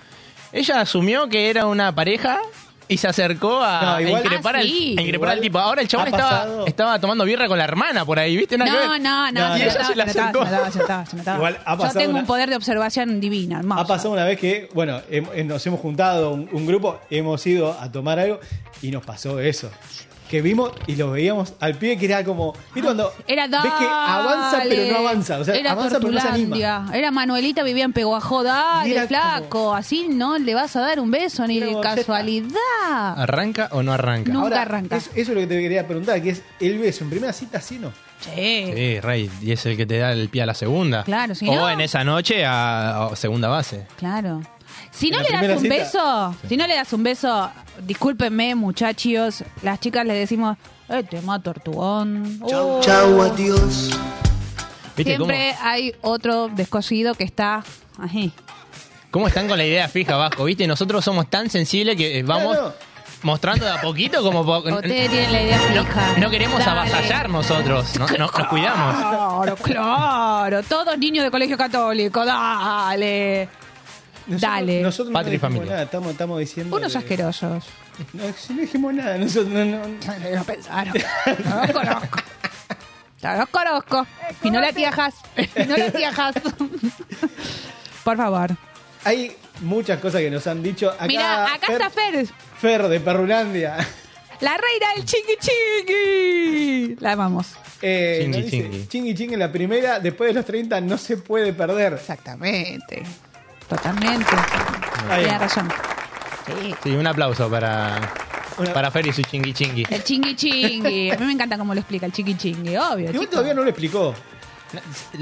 Speaker 6: Ella asumió que era una pareja y se acercó a,
Speaker 4: No, igual-
Speaker 6: a increpar,
Speaker 5: Ah,
Speaker 6: al,
Speaker 5: sí.
Speaker 6: a increpar al
Speaker 4: Igual
Speaker 6: tipo. Ahora el chabón
Speaker 4: ha
Speaker 6: estaba,
Speaker 4: pasado.
Speaker 6: estaba tomando birra con la hermana por ahí, ¿viste? Nada que
Speaker 5: No,
Speaker 6: ver.
Speaker 5: no, no.
Speaker 4: No,
Speaker 5: se
Speaker 4: y
Speaker 5: me
Speaker 4: ella
Speaker 5: estaba,
Speaker 6: se la
Speaker 5: me estaba,
Speaker 6: acercó.
Speaker 5: se me estaba, se me estaba, se me estaba.
Speaker 4: Igual ha
Speaker 5: Yo
Speaker 4: pasado
Speaker 5: tengo
Speaker 4: una-
Speaker 5: un poder de observación divina, hermoso.
Speaker 4: Ha pasado una vez que, bueno, hem- eh, nos hemos juntado un, un grupo, hemos ido a tomar algo y nos pasó eso. Que vimos y lo veíamos al pie que era como. ¿Y cuando
Speaker 5: Ah, Era
Speaker 4: ves
Speaker 5: dale.
Speaker 4: que avanza pero no avanza? O sea,
Speaker 5: era
Speaker 4: avanza pero no se anima.
Speaker 5: Tortulandia. Era Manuelita, vivía en Peguajó.
Speaker 4: Y
Speaker 5: Dale,
Speaker 4: era
Speaker 5: flaco. Así no le vas a dar un beso ni
Speaker 4: Era
Speaker 5: de
Speaker 4: como, ya Ah,
Speaker 5: casualidad.
Speaker 6: ¿Arranca o no arranca?
Speaker 5: No.
Speaker 4: Ahora,
Speaker 5: arranca.
Speaker 4: es- Eso, es lo que te quería preguntar, que es el beso. En primera cita, sí, no.
Speaker 5: Che.
Speaker 6: Sí, Rey, y es el que te da el pie a la segunda.
Speaker 5: Claro, si
Speaker 6: O
Speaker 5: no-
Speaker 6: en esa noche a, a segunda base.
Speaker 5: Claro. Si no
Speaker 4: En
Speaker 5: le
Speaker 4: la
Speaker 5: das
Speaker 4: primera
Speaker 5: un
Speaker 4: cita.
Speaker 5: beso, si no le das un beso, discúlpenme, muchachos, las chicas le decimos, eh, te mato tortugón. Oh.
Speaker 2: Chau, adiós.
Speaker 6: ¿Viste cómo,
Speaker 5: Siempre hay otro descosido que está ahí.
Speaker 6: cómo están con la idea fija, Vasco? ¿Viste? Nosotros somos tan sensibles que eh, vamos
Speaker 4: Claro.
Speaker 6: mostrando de a poquito como... po-
Speaker 5: Ustedes tienen la idea
Speaker 6: No,
Speaker 5: fija.
Speaker 6: no queremos
Speaker 5: Dale.
Speaker 6: avasallar nosotros, no- nos, nos cuidamos.
Speaker 5: Claro, claro. Todos niños de colegio católico, dale.
Speaker 4: Nosotros-
Speaker 5: Dale.
Speaker 4: Nosotros
Speaker 6: Patria y
Speaker 4: no dijimos
Speaker 6: familia.
Speaker 4: nada, estamos, estamos diciendo.
Speaker 5: Unos
Speaker 4: de-
Speaker 5: asquerosos.
Speaker 4: No, si no dijimos nada, nosotros no. no- no.
Speaker 5: No pensaron. No los conozco. No los conozco. Y no la tiajas. Y no la tiajas. Por favor.
Speaker 4: Hay muchas cosas que nos han dicho. Acá,
Speaker 5: Mira, acá
Speaker 4: Fer-
Speaker 5: está Fer.
Speaker 4: Fer de Perrulandia.
Speaker 5: La reina del chingui chingui. La amamos.
Speaker 4: Eh,
Speaker 6: Chingui,
Speaker 4: nos dice,
Speaker 6: chingui.
Speaker 4: chingui chingui, la primera, después de los 30 no se puede perder.
Speaker 5: Exactamente. Totalmente.
Speaker 4: Ahí.
Speaker 5: Tiene razón. Sí.
Speaker 6: Sí, un aplauso para,
Speaker 4: Una-
Speaker 6: para Fer y su chingui chingui.
Speaker 5: El chingui chingui. A mí me encanta cómo lo explica el chingui chingui, obvio.
Speaker 4: Y vos
Speaker 5: chico.
Speaker 4: todavía no lo explicó.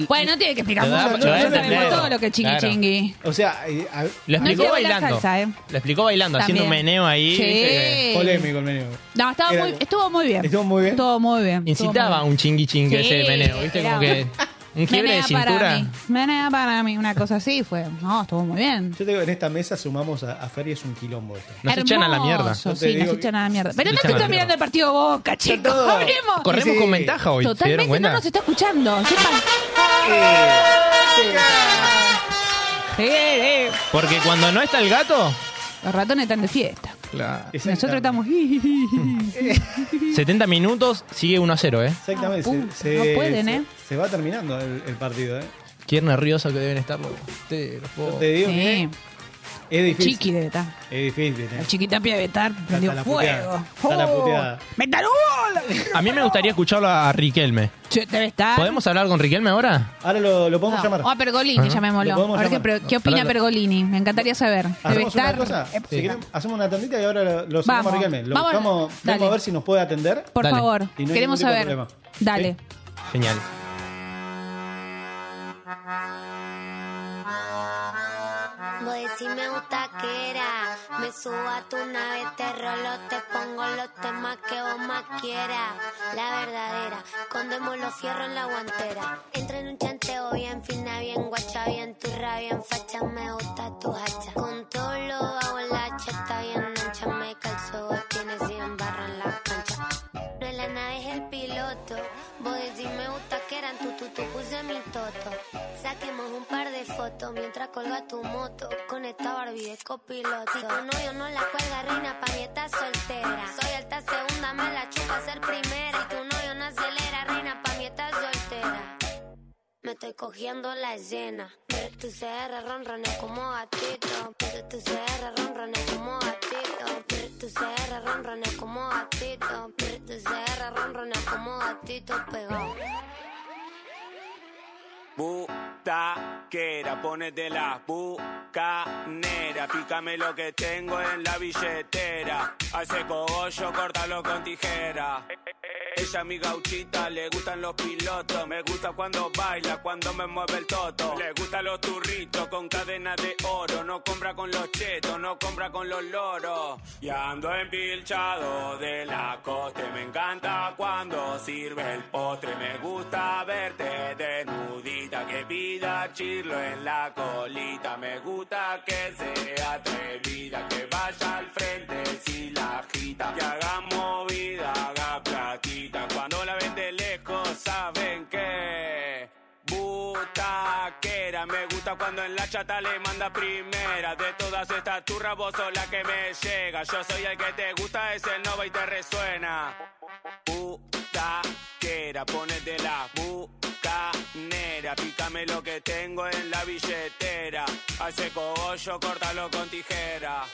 Speaker 5: Bueno, no tiene que explicar
Speaker 6: Lo da-
Speaker 4: lo
Speaker 5: mucho.
Speaker 4: da a
Speaker 5: nosotros
Speaker 4: entender.
Speaker 5: sabemos todo lo que es chingui
Speaker 6: Claro.
Speaker 5: chingui.
Speaker 4: O sea, eh, a-
Speaker 6: Lo
Speaker 5: No
Speaker 6: explicó
Speaker 5: llegó la
Speaker 6: bailando.
Speaker 5: salsa, eh.
Speaker 6: Lo explicó bailando, haciendo un
Speaker 5: También.
Speaker 6: meneo ahí. ¿viste?
Speaker 5: Sí.
Speaker 4: polémico el menú.
Speaker 5: No, estaba
Speaker 4: Era-
Speaker 5: muy, estuvo muy bien.
Speaker 4: Estuvo muy bien.
Speaker 5: Estuvo muy bien.
Speaker 6: Que Incitaba a un chingui chingui
Speaker 5: Sí,
Speaker 6: ese meneo, ¿viste? Como
Speaker 5: era-
Speaker 6: que un quiebre de
Speaker 5: Menea Para
Speaker 6: cintura.
Speaker 5: mí. Menea para mí, una cosa así fue. No, estuvo muy bien.
Speaker 4: Yo te digo, en esta mesa sumamos a, a Fer y es un quilombo esto.
Speaker 6: Nos
Speaker 5: Hermoso.
Speaker 6: echan a la mierda.
Speaker 5: Sí,
Speaker 4: Yo
Speaker 5: nos
Speaker 4: te digo que-
Speaker 5: echan a la mierda. Pero
Speaker 6: Nos
Speaker 5: no
Speaker 6: echan a
Speaker 5: estoy
Speaker 6: la mierda.
Speaker 5: terminando el partido Boca, chicos.
Speaker 4: todo.
Speaker 5: Hablemos.
Speaker 6: Corremos
Speaker 4: Sí.
Speaker 6: con ventaja hoy, ¿se dieron
Speaker 5: Totalmente no
Speaker 6: cuenta?
Speaker 5: nos está escuchando. Sepan. Sí, sí.
Speaker 6: Porque cuando no está el gato,
Speaker 5: Los ratones están de fiesta. Nosotros
Speaker 4: Exactamente.
Speaker 5: estamos. No
Speaker 6: 70 minutos sigue 1 a 0, ¿eh?
Speaker 4: Exactamente.
Speaker 5: Ah,
Speaker 4: se-
Speaker 5: puta,
Speaker 4: se,
Speaker 5: no pueden,
Speaker 4: se-
Speaker 5: ¿eh?
Speaker 4: se va terminando el, el partido, ¿eh?
Speaker 6: Qué nervioso que deben estar los porteros, po.
Speaker 4: Yo te digo que
Speaker 5: Sí.
Speaker 4: es difícil.
Speaker 5: Chiqui debe estar.
Speaker 4: Es difícil, ¿eh?
Speaker 5: La chiquita pie debe estar. Prendió
Speaker 4: la
Speaker 5: fuego. Oh,
Speaker 4: puteada. Está la puteada.
Speaker 5: ¡Metan un gol!
Speaker 6: A mí me gustaría escucharlo a Riquelme.
Speaker 5: Che, Debe estar.
Speaker 6: ¿Podemos hablar con Riquelme ahora?
Speaker 4: Ahora lo, lo podemos
Speaker 5: No,
Speaker 4: llamar.
Speaker 5: o a Pergolini,
Speaker 4: Lo
Speaker 5: llamémoslo.
Speaker 4: podemos
Speaker 5: A ver qué,
Speaker 4: llamar.
Speaker 5: pro- qué opina
Speaker 6: Pará,
Speaker 5: Pergolini. Me encantaría saber. Debe
Speaker 4: Hacemos una
Speaker 5: estar.
Speaker 4: cosa.
Speaker 5: Eh,
Speaker 4: si queremos, hacemos una tandita y ahora lo, lo sacamos
Speaker 5: Vamos.
Speaker 4: a Riquelme. Lo
Speaker 5: Vamos.
Speaker 4: buscamos, vamos
Speaker 5: Dale.
Speaker 4: a ver si nos puede atender.
Speaker 5: Por
Speaker 6: Dale.
Speaker 5: favor,
Speaker 4: Y no hay ningún
Speaker 5: queremos
Speaker 4: tipo de
Speaker 5: saber.
Speaker 4: problema.
Speaker 5: Dale.
Speaker 4: ¿Sí?
Speaker 6: Genial.
Speaker 8: Voy a decirme butaquera, me subo a tu nave, te rolo, te pongo los temas que vos más quieras. La verdadera, condemos los fierros en la guantera. Entra en un chanteo bien, fina bien, guacha bien, tu bien, facha, me gusta tu hacha. Con todo lo hago la hacha, está bien ancha, me calzo, tienes 100 barras en la cancha. No es la nave, es el piloto. Vos decís me gusta que eran tu tu tu puse mi toto. Saquemos un par de fotos mientras colga tu moto. Con esta Barbie de copiloto. Si tu novio no la cuelga, reina, pa' mí estás soltera. Soy alta segunda, me la chupa ser primera. Si tu novio no acelera, reina, pa' mí estás soltera. Me estoy cogiendo la llena. Pero tu CR ronrones como gatito. Pero tu CR ronrones como gatito. Pero tu CR ronrones como gatito. Pero tu CR ronrones como gatito pegado.
Speaker 9: Butaquera, ponete la bucanera, pícame lo que tengo en la billetera. Hace cogollo, córtalo con tijera. Ella mi gauchita, le gustan los pilotos, me gusta cuando baila, cuando me mueve el toto. Le gustan los turritos con cadena de oro, no compra con los chetos, no compra con los loros. Y ando empilchado de la coste, me encanta cuando sirve el postre, me gusta verte desnudita, que pida chirlo en la colita, me gusta que sea atrevida, que vaya al frente si la agita, que haga movida, haga platita, cuando la ven de lejos saben que... Butaquera, me gusta cuando en la chata le manda primera. De todas estas turras, vos sos la que me llega. Yo soy el que te gusta, es el nova y te resuena. Butaquera, ponete la bucanera. Pícame lo que tengo en la billetera. Hace cogollo, córtalo con tijera.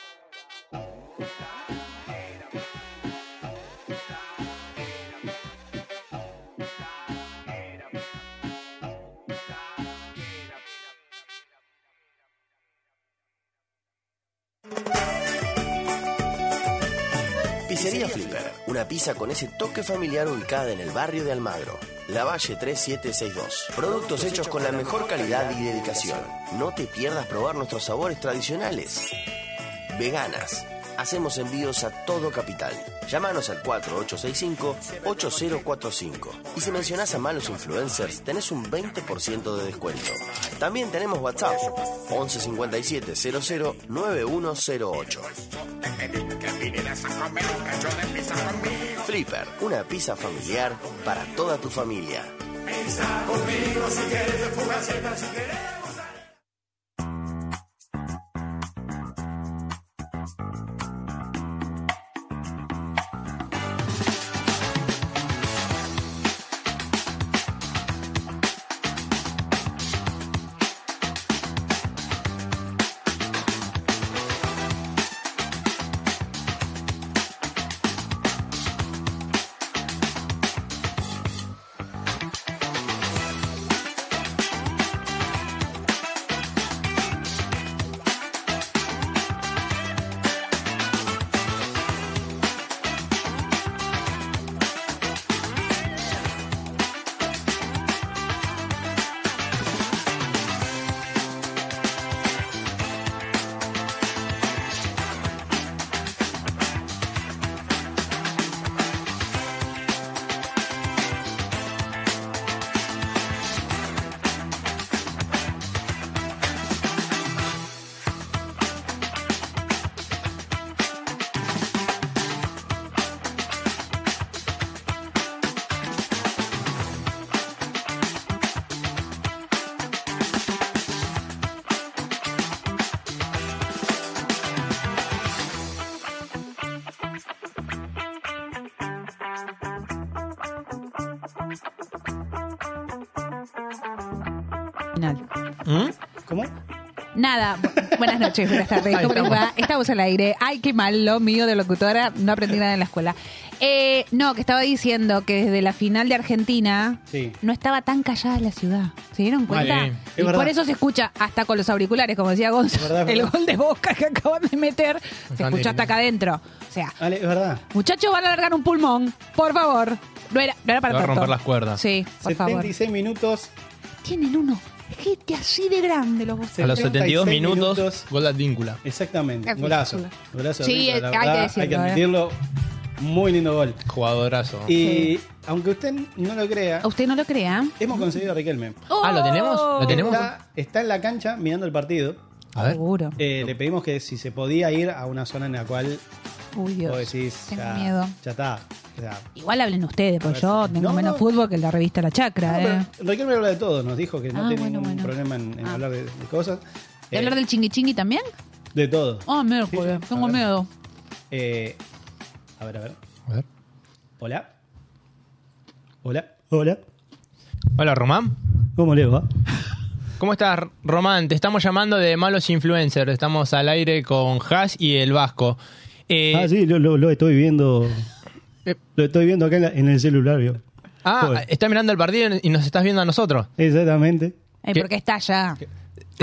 Speaker 2: Pizzería Flipper, una pizza con ese toque familiar ubicada en el barrio de Almagro, La Valle 3762. Productos hechos con la mejor calidad y dedicación. No te pierdas probar nuestros sabores tradicionales. Veganas. Hacemos envíos a todo capital. Llámanos al 4865-8045. Y si mencionás a malos influencers, tenés un 20% de descuento. También tenemos WhatsApp 1157 00 9108. Flipper, una pizza familiar para toda tu familia.
Speaker 5: final.
Speaker 6: ¿Mm?
Speaker 10: ¿Cómo?
Speaker 5: Nada. Bu- Buenas noches, buenas tardes.
Speaker 6: Ahí
Speaker 5: ¿Cómo les
Speaker 6: estamos.
Speaker 5: va? Estamos al aire. Ay, qué mal lo mío de locutora. No aprendí nada en la escuela. Eh, no, que estaba diciendo que desde la final de Argentina
Speaker 10: Sí.
Speaker 5: no estaba tan callada la ciudad. ¿Se dieron cuenta?
Speaker 6: Vale,
Speaker 10: es
Speaker 5: y por
Speaker 10: verdad.
Speaker 5: eso se escucha hasta con los auriculares, como decía
Speaker 10: Es
Speaker 5: Gonzalo.
Speaker 10: verdad, es
Speaker 5: el
Speaker 10: verdad.
Speaker 5: gol de boca que acaban de meter se
Speaker 6: Bastante
Speaker 5: escucha hasta acá adentro. O sea,
Speaker 10: Ale, es verdad.
Speaker 5: muchachos van a alargar un pulmón, por favor. No era, no era para
Speaker 6: Le va
Speaker 5: tanto.
Speaker 6: a romper las cuerdas.
Speaker 5: Sí, por favor.
Speaker 10: 76 minutos.
Speaker 5: Tienen uno. Gente así de grande los
Speaker 6: A los 72
Speaker 10: 76
Speaker 6: minutos,
Speaker 10: minutos.
Speaker 6: gol de Advíncula.
Speaker 10: Exactamente.
Speaker 5: Es
Speaker 10: Golazo.
Speaker 5: una
Speaker 10: Golazo.
Speaker 5: Sí,
Speaker 10: de River, la
Speaker 5: hay que
Speaker 10: verdad,
Speaker 5: decirlo,
Speaker 10: Hay que
Speaker 5: eh.
Speaker 10: admitirlo. Muy lindo gol.
Speaker 6: Jugadorazo.
Speaker 10: Y aunque usted no lo crea,
Speaker 5: A usted no lo ah? Oh. crea.
Speaker 10: hemos conseguido a Riquelme.
Speaker 6: Ah, ¿lo tenemos? ¿Lo tenemos?
Speaker 10: Está, está en la cancha mirando el partido.
Speaker 6: A ver.
Speaker 5: Seguro.
Speaker 10: Eh, le pedimos que si se podía ir a una zona en la cual
Speaker 5: Uy, Dios.
Speaker 10: vos decís,
Speaker 5: tengo
Speaker 10: ya,
Speaker 5: miedo.
Speaker 10: ya está. ya.
Speaker 5: Igual hablen ustedes,
Speaker 10: A
Speaker 5: porque
Speaker 10: ver
Speaker 5: yo
Speaker 10: si-
Speaker 5: tengo
Speaker 10: No,
Speaker 5: menos
Speaker 10: no.
Speaker 5: fútbol que la revista La Chacra.
Speaker 10: No,
Speaker 5: eh.
Speaker 10: pero Riquelme habla de todo, nos dijo que no
Speaker 5: Ah,
Speaker 10: tiene
Speaker 5: bueno,
Speaker 10: ningún
Speaker 5: bueno.
Speaker 10: problema en, en
Speaker 5: Ah.
Speaker 10: hablar de, de cosas.
Speaker 5: ¿Y
Speaker 10: Eh,
Speaker 5: hablar del chingui chingui también?
Speaker 4: Eh,
Speaker 10: de todo.
Speaker 5: Oh, miércoles.
Speaker 10: Sí, sí,
Speaker 5: tengo
Speaker 10: a ver.
Speaker 5: miedo.
Speaker 10: Eh, a ver, a ver.
Speaker 6: A ver.
Speaker 10: Hola. Hola. Hola.
Speaker 6: Hola, Román.
Speaker 10: ¿Cómo le va?
Speaker 6: ¿Cómo estás, Román? Te estamos llamando de Malos Influencers. Estamos al aire con Haas y el Vasco. Eh,
Speaker 4: Ah, sí, lo, lo- lo estoy viendo.
Speaker 6: Eh.
Speaker 4: Lo estoy viendo acá en, la- en el celular, vio.
Speaker 6: ah,
Speaker 4: Joder.
Speaker 6: estás mirando el partido y nos estás viendo a nosotros.
Speaker 4: Exactamente.
Speaker 5: Ay,
Speaker 6: ¿Qué?
Speaker 5: Eh, porque está ya.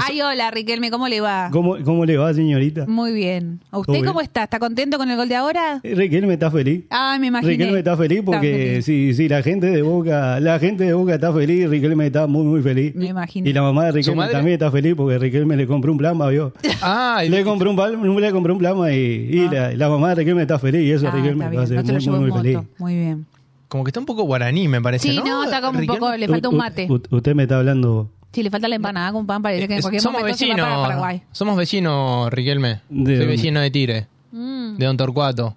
Speaker 5: Ay, hola, Riquelme, ¿cómo le va?
Speaker 4: ¿Cómo, cómo le va, señorita?
Speaker 5: Muy bien. ¿A
Speaker 4: Todo
Speaker 5: usted
Speaker 4: bien.
Speaker 5: cómo está? ¿Está contento con el gol de ahora?
Speaker 4: Eh, Riquelme está feliz.
Speaker 5: Ah, me imaginé.
Speaker 4: Riquelme está feliz porque
Speaker 5: feliz.
Speaker 4: si la gente de Boca, la gente de Boca está feliz, Riquelme está muy muy feliz.
Speaker 5: Me imagino.
Speaker 4: Y la mamá de Riquelme
Speaker 6: madre?
Speaker 4: también está feliz porque Riquelme le compró un plasma, vio.
Speaker 6: Ah, y-
Speaker 4: Le compró un plasma, le compró un plasma y, y la, la mamá de Riquelme está feliz y eso
Speaker 5: Ah,
Speaker 4: Riquelme
Speaker 5: está
Speaker 4: lo
Speaker 5: bien.
Speaker 4: hace
Speaker 5: No se lo
Speaker 4: muy
Speaker 5: llevó
Speaker 4: muy, muy
Speaker 5: en moto.
Speaker 4: feliz.
Speaker 5: Muy bien.
Speaker 6: como que está un poco guaraní, me parece.
Speaker 5: Sí,
Speaker 6: ¿no?
Speaker 5: no, está como un
Speaker 6: Riquelme.
Speaker 5: poco, le falta un
Speaker 4: U- u-
Speaker 5: mate.
Speaker 4: u- Usted me está hablando
Speaker 5: Sí, le falta la empanada con pan, parece que en
Speaker 6: Eh,
Speaker 5: cualquier
Speaker 6: somos
Speaker 5: momento se va para
Speaker 6: vecinos.
Speaker 5: Paraguay.
Speaker 6: Somos vecinos, Riquelme.
Speaker 4: De-
Speaker 6: Soy vecino de Tire,
Speaker 5: Mm,
Speaker 6: de Don Torcuato.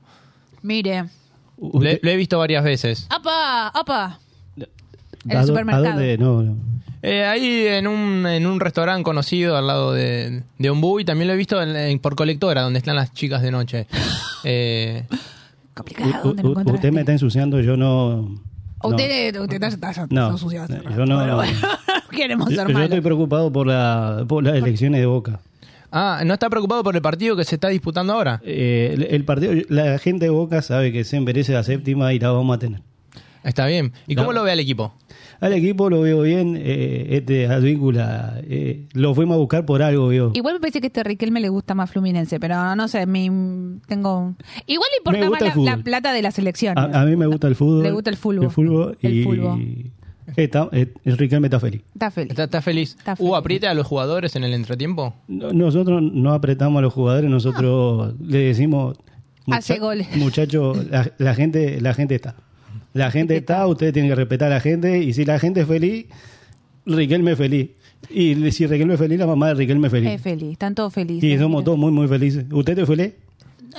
Speaker 5: mire.
Speaker 4: u-
Speaker 6: Le-
Speaker 4: usted-
Speaker 6: lo he visto varias veces.
Speaker 5: ¡Apa! ¡Apa! En
Speaker 4: ¿a
Speaker 5: el
Speaker 4: dó-
Speaker 5: supermercado.
Speaker 4: ¿A dónde? No, no.
Speaker 6: Eh, ahí en un, en un restaurante conocido al lado de, de Ombú y también lo he visto en- en- por colectora, donde están las chicas de noche. Eh,
Speaker 5: Complicado,
Speaker 4: U-
Speaker 5: ¿dónde lo
Speaker 4: u- usted
Speaker 5: encontraste?
Speaker 4: me está ensuciando, yo no.
Speaker 5: O Usted, usted está, está, está
Speaker 4: No,
Speaker 5: ensuciado.
Speaker 4: eh, yo no-
Speaker 5: Bueno, bueno, queremos
Speaker 4: no. Yo,
Speaker 5: ser
Speaker 4: yo estoy
Speaker 5: malos.
Speaker 4: preocupado por, la, por las elecciones de Boca.
Speaker 6: ah, ¿no está preocupado por el partido que se está disputando ahora?
Speaker 4: Eh, el, el partido, la gente de Boca sabe que se merece la séptima y la vamos a tener.
Speaker 6: Está bien. ¿Y cómo lo ve al equipo?
Speaker 4: Al equipo lo veo bien, eh, este Advíncula eh, lo fuimos a buscar por algo, vio.
Speaker 5: Igual me parece que este Riquelme le gusta más Fluminense, pero no sé, mi, tengo... Igual le
Speaker 4: Me
Speaker 5: importa más
Speaker 4: gusta
Speaker 5: la,
Speaker 4: el fútbol.
Speaker 5: la plata de la selección.
Speaker 4: A, a mí me gusta el fútbol.
Speaker 5: Le gusta el fútbol.
Speaker 4: El fútbol
Speaker 5: El
Speaker 4: y
Speaker 5: fútbol.
Speaker 4: está- eh, el Riquelme está feliz.
Speaker 5: Está feliz.
Speaker 6: ¿Está, está feliz?
Speaker 5: Está
Speaker 6: ¿Hubo
Speaker 5: feliz.
Speaker 6: apriete a los jugadores en el entretiempo?
Speaker 4: No- Nosotros no apretamos a los jugadores, nosotros le decimos
Speaker 5: Hace goles.
Speaker 4: muchachos, la, la gente, la gente está. La gente está, ustedes tienen que respetar a la gente, y si la gente es feliz, Riquelme es feliz. Y si Riquelme es feliz, la mamá de Riquelme es feliz.
Speaker 5: Es feliz, están todos felices.
Speaker 4: y somos todos muy muy felices. ¿Usted es feliz?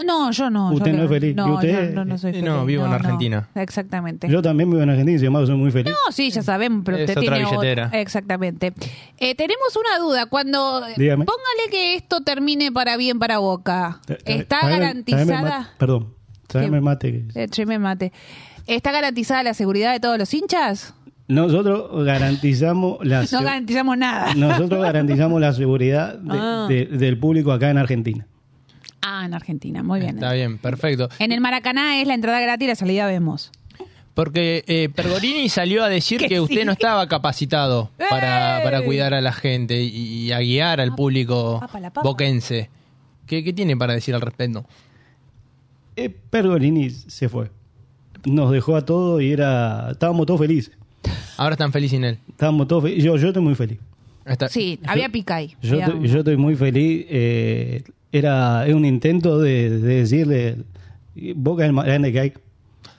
Speaker 5: No, yo no. yo
Speaker 4: Usted no
Speaker 5: creo-
Speaker 4: es feliz.
Speaker 5: No,
Speaker 4: ¿Y usted?
Speaker 5: yo no, no soy
Speaker 6: Eh,
Speaker 5: feliz.
Speaker 6: no, vivo en Argentina.
Speaker 5: Exactamente.
Speaker 4: Yo también vivo en Argentina y sin embargo soy muy feliz.
Speaker 5: Este. No, sí, ya sabemos, pero
Speaker 6: Es
Speaker 5: usted
Speaker 6: otra
Speaker 5: tiene ot-
Speaker 6: billetera.
Speaker 5: Exactamente. Eh, tenemos una duda. Cuando. eh,
Speaker 4: Dígame.
Speaker 5: Póngale que esto termine para bien para Boca.
Speaker 4: Tra- tra-
Speaker 5: ¿Está
Speaker 4: Eh, tráeme- tráeme el
Speaker 5: garantizada.
Speaker 4: mate- perdón, tráeme el mate. que-
Speaker 5: Eh, che, me mate. ¿Está garantizada la seguridad de todos los hinchas?
Speaker 4: Nosotros garantizamos la
Speaker 5: No
Speaker 4: se-
Speaker 5: garantizamos nada.
Speaker 4: nosotros garantizamos la seguridad de-
Speaker 5: Ah.
Speaker 4: de- del público acá en Argentina.
Speaker 5: Ah, en Argentina, muy bien. eh.
Speaker 6: Está bien, perfecto.
Speaker 5: En el Maracaná es la entrada gratis y la salida vemos.
Speaker 6: Porque eh, Pergolini salió a decir que,
Speaker 5: Que
Speaker 6: usted
Speaker 5: sí. ¡Eh!
Speaker 6: no estaba capacitado para,
Speaker 5: ¡Ey!
Speaker 6: para cuidar a la gente y, y a guiar al público
Speaker 5: Ah, papa, la papa.
Speaker 6: boquense. ¿Qué, qué tiene para decir al respecto?
Speaker 4: Eh, Pergolini se fue. Nos dejó a todos y era. Estábamos todos felices.
Speaker 6: Ahora están feliz sin él.
Speaker 4: Estábamos todos fe- Yo, yo estoy muy feliz.
Speaker 6: Está-
Speaker 5: Sí, había pica ahí.
Speaker 4: Yo,
Speaker 5: Había
Speaker 4: estoy-
Speaker 5: una-
Speaker 4: yo estoy muy feliz. eh, era es un intento de, de decirle: Boca es el más grande que hay.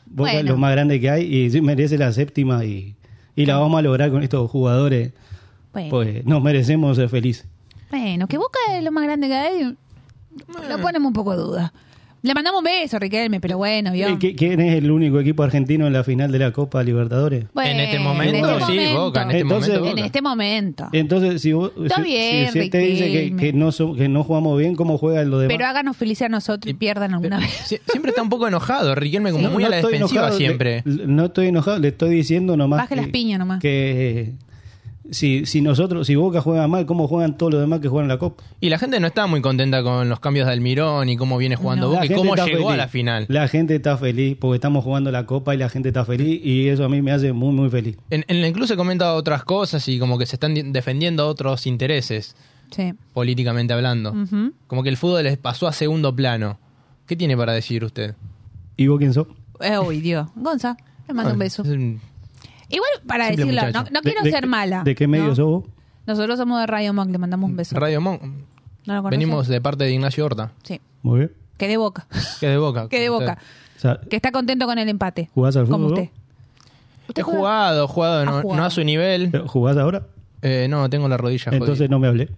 Speaker 4: Boca es
Speaker 5: Bueno.
Speaker 4: lo más grande que hay y sí merece la séptima y, y la vamos a lograr con estos jugadores.
Speaker 5: Bueno,
Speaker 4: Pues nos merecemos ser felices.
Speaker 5: bueno, que Boca es lo más grande que hay.
Speaker 6: Eh.
Speaker 5: Lo ponemos un poco de duda. Le mandamos un beso, Riquelme, pero bueno, vio.
Speaker 4: Eh, ¿qui- ¿Quién es el único equipo argentino en la final de la Copa Libertadores?
Speaker 5: Bueno,
Speaker 6: en este momento,
Speaker 5: este
Speaker 6: sí,
Speaker 5: momento.
Speaker 6: Boca. En este
Speaker 4: Entonces-
Speaker 6: momento,
Speaker 5: En
Speaker 6: Boca.
Speaker 5: este momento.
Speaker 4: Entonces, si vos
Speaker 5: Está
Speaker 4: si-
Speaker 5: bien,
Speaker 4: si usted te dice que,
Speaker 5: Riquelme.
Speaker 4: que no so- que no jugamos bien, ¿cómo juegan los demás?
Speaker 5: Pero háganos felices a nosotros y pierdan alguna vez.
Speaker 6: Sie- siempre está un poco enojado, Riquelme, como
Speaker 4: No,
Speaker 6: muy
Speaker 4: no
Speaker 6: a la
Speaker 4: estoy
Speaker 6: defensiva
Speaker 4: enojado,
Speaker 6: siempre.
Speaker 4: le- no estoy enojado, le estoy diciendo nomás
Speaker 5: Baje las piñas nomás.
Speaker 4: que Si, si nosotros, si Boca juega mal, ¿cómo juegan todos los demás que juegan la Copa?
Speaker 6: Y la gente no está muy contenta con los cambios de Almirón y cómo viene jugando
Speaker 4: La
Speaker 6: Boca y
Speaker 4: gente
Speaker 6: cómo
Speaker 4: está
Speaker 6: llegó a
Speaker 4: feliz.
Speaker 6: la final.
Speaker 4: La gente está feliz porque estamos jugando la Copa y la gente está feliz y eso a mí me hace muy, muy feliz.
Speaker 6: En, en la incluso comenta otras cosas y como que se están di- defendiendo otros intereses,
Speaker 5: Sí.
Speaker 6: políticamente hablando.
Speaker 5: Ujú.
Speaker 6: Como que el fútbol les pasó a segundo plano. ¿Qué tiene para decir usted?
Speaker 4: ¿Y vos quién sos?
Speaker 5: Eh, uy, Dios. Gonza, le mando un beso.
Speaker 6: Ah, Es un-
Speaker 5: Igual, para
Speaker 6: Simple
Speaker 5: decirlo, no,
Speaker 6: muchacho.
Speaker 5: no quiero
Speaker 4: ¿De- de-
Speaker 5: ser mala.
Speaker 4: ¿De qué medio
Speaker 5: ¿no?
Speaker 4: sos vos?
Speaker 5: Nosotros somos de Radio Monk, le mandamos un beso.
Speaker 6: Radio Mon.
Speaker 5: ¿No lo conocen?
Speaker 6: Venimos de parte de Ignacio Horta.
Speaker 5: Sí.
Speaker 4: Muy bien.
Speaker 5: Que de boca.
Speaker 6: Que de Boca.
Speaker 5: que de boca.
Speaker 4: O sea,
Speaker 5: Que está contento con el empate.
Speaker 4: ¿Jugás al
Speaker 5: Como
Speaker 4: fútbol,
Speaker 5: usted.
Speaker 6: He
Speaker 5: ¿Usted juega?
Speaker 6: jugado, he jugado, no,
Speaker 5: Ha jugado.
Speaker 6: no a su nivel.
Speaker 4: ¿Jugás ahora?
Speaker 6: Eh, no, tengo la rodilla jodida.
Speaker 4: Entonces no me hablé.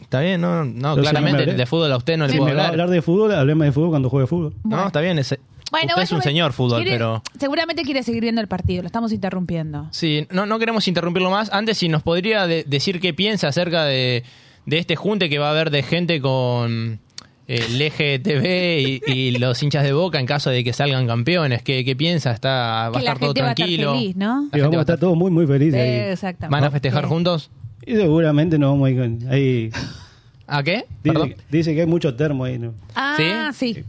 Speaker 6: Está bien, no, no,
Speaker 4: Entonces no
Speaker 6: claramente
Speaker 4: me hablé.
Speaker 6: de fútbol a usted no le
Speaker 4: Si
Speaker 6: puedo
Speaker 4: me va a
Speaker 6: hablar.
Speaker 4: hablar de fútbol, hablemos de fútbol cuando juegue fútbol.
Speaker 6: No, está bien. es- usted es
Speaker 5: vaya-
Speaker 6: un señor fútbol,
Speaker 5: quiere-
Speaker 6: pero...
Speaker 5: Seguramente quiere seguir viendo el partido, lo estamos interrumpiendo.
Speaker 6: Sí, no, no queremos interrumpirlo más. Antes, si nos podría de- decir qué piensa acerca de, de este junte que va a haber de gente con eh, el eje TV y, y los hinchas de Boca en caso de que salgan campeones. ¿Qué, qué piensa? Está, va
Speaker 5: Que la
Speaker 6: a estar todo
Speaker 5: gente va a estar
Speaker 6: tranquilo.
Speaker 5: feliz, ¿no?
Speaker 6: La
Speaker 4: Y
Speaker 6: gente
Speaker 4: vamos
Speaker 6: va
Speaker 4: a
Speaker 6: a
Speaker 4: estar
Speaker 6: estar-
Speaker 4: todos muy, muy felices.
Speaker 5: Eh,
Speaker 4: ahí.
Speaker 5: Exactamente.
Speaker 6: ¿Van a festejar juntos?
Speaker 4: Y seguramente nos vamos a ir con- ahí.
Speaker 6: ¿A qué? Perdón.
Speaker 4: Dice, dice que hay mucho termo ahí. ¿no?
Speaker 5: Ah, sí.
Speaker 6: ¿Sí?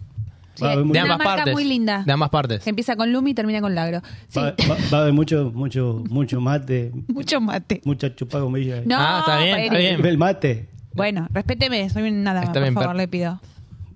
Speaker 5: Sí,
Speaker 4: Va a haber mucho-
Speaker 6: De
Speaker 5: una
Speaker 6: ambas
Speaker 5: marca
Speaker 6: partes.
Speaker 5: muy linda.
Speaker 6: De ambas partes.
Speaker 5: Se empieza con Lumi y termina con Lagro. Sí,
Speaker 4: Va, va- va a haber mucho, mucho, mucho mate,
Speaker 5: mucho mate.
Speaker 4: mucha chupagomilla.
Speaker 5: No,
Speaker 6: Ah, está bien, está
Speaker 5: Eric.
Speaker 6: bien.
Speaker 4: El mate.
Speaker 5: Bueno, respéteme, soy una dama,
Speaker 6: Está
Speaker 5: por
Speaker 6: bien,
Speaker 5: favor,
Speaker 6: per-
Speaker 5: le pido.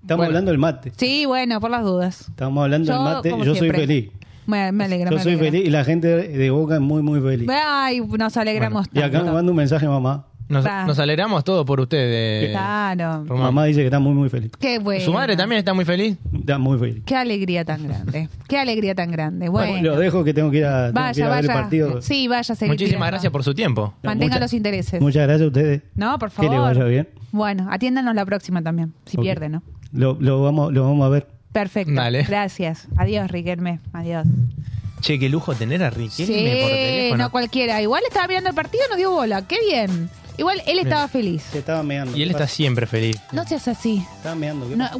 Speaker 4: Estamos
Speaker 6: Bueno.
Speaker 4: hablando del mate.
Speaker 5: Sí, bueno, por las dudas.
Speaker 4: Estamos hablando del mate.
Speaker 5: como
Speaker 4: Yo soy
Speaker 5: siempre.
Speaker 4: feliz.
Speaker 5: Me, me alegra.
Speaker 4: Yo
Speaker 5: me
Speaker 4: soy
Speaker 5: alegra.
Speaker 4: feliz y la gente de Boca es muy, muy feliz.
Speaker 5: Ay, nos alegramos
Speaker 4: Y acá me
Speaker 5: tanto.
Speaker 4: manda un mensaje mamá.
Speaker 6: Nos,
Speaker 5: Va.
Speaker 6: nos alegramos todo por usted. eh,
Speaker 5: Claro.
Speaker 6: Román.
Speaker 4: Mamá dice que está muy, muy feliz.
Speaker 5: Qué bueno.
Speaker 6: Su madre también está muy feliz.
Speaker 4: Está muy feliz.
Speaker 5: Qué alegría tan grande. Qué alegría tan grande. Bueno.
Speaker 4: Lo dejo que tengo que ir a, tengo que ir
Speaker 5: Vaya,
Speaker 4: a ver el
Speaker 5: vaya.
Speaker 4: partido.
Speaker 5: Sí, vaya a seguir.
Speaker 6: Muchísimas
Speaker 5: tirando.
Speaker 6: gracias por su tiempo.
Speaker 5: Mantenga
Speaker 4: Muchas-
Speaker 5: los intereses.
Speaker 4: Muchas gracias a ustedes.
Speaker 5: No, por
Speaker 4: Que
Speaker 5: favor.
Speaker 4: le vaya bien.
Speaker 5: Bueno, atiéndanos la próxima también, si
Speaker 4: Ok.
Speaker 5: pierde, ¿no?
Speaker 4: Lo, lo vamos, lo vamos a ver.
Speaker 5: Perfecto.
Speaker 6: Dale.
Speaker 5: Gracias. Adiós, Riquelme. Adiós.
Speaker 6: Che, qué lujo tener a Riquelme por
Speaker 5: sí,
Speaker 6: teléfono.
Speaker 5: no cualquiera. Igual estaba mirando el partido, no dio bola. Qué bien. Igual él estaba feliz.
Speaker 4: Se estaba meando.
Speaker 6: Y él está siempre feliz.
Speaker 5: No seas así.
Speaker 4: Estaba meando. ¿qué
Speaker 5: No,
Speaker 4: pasa?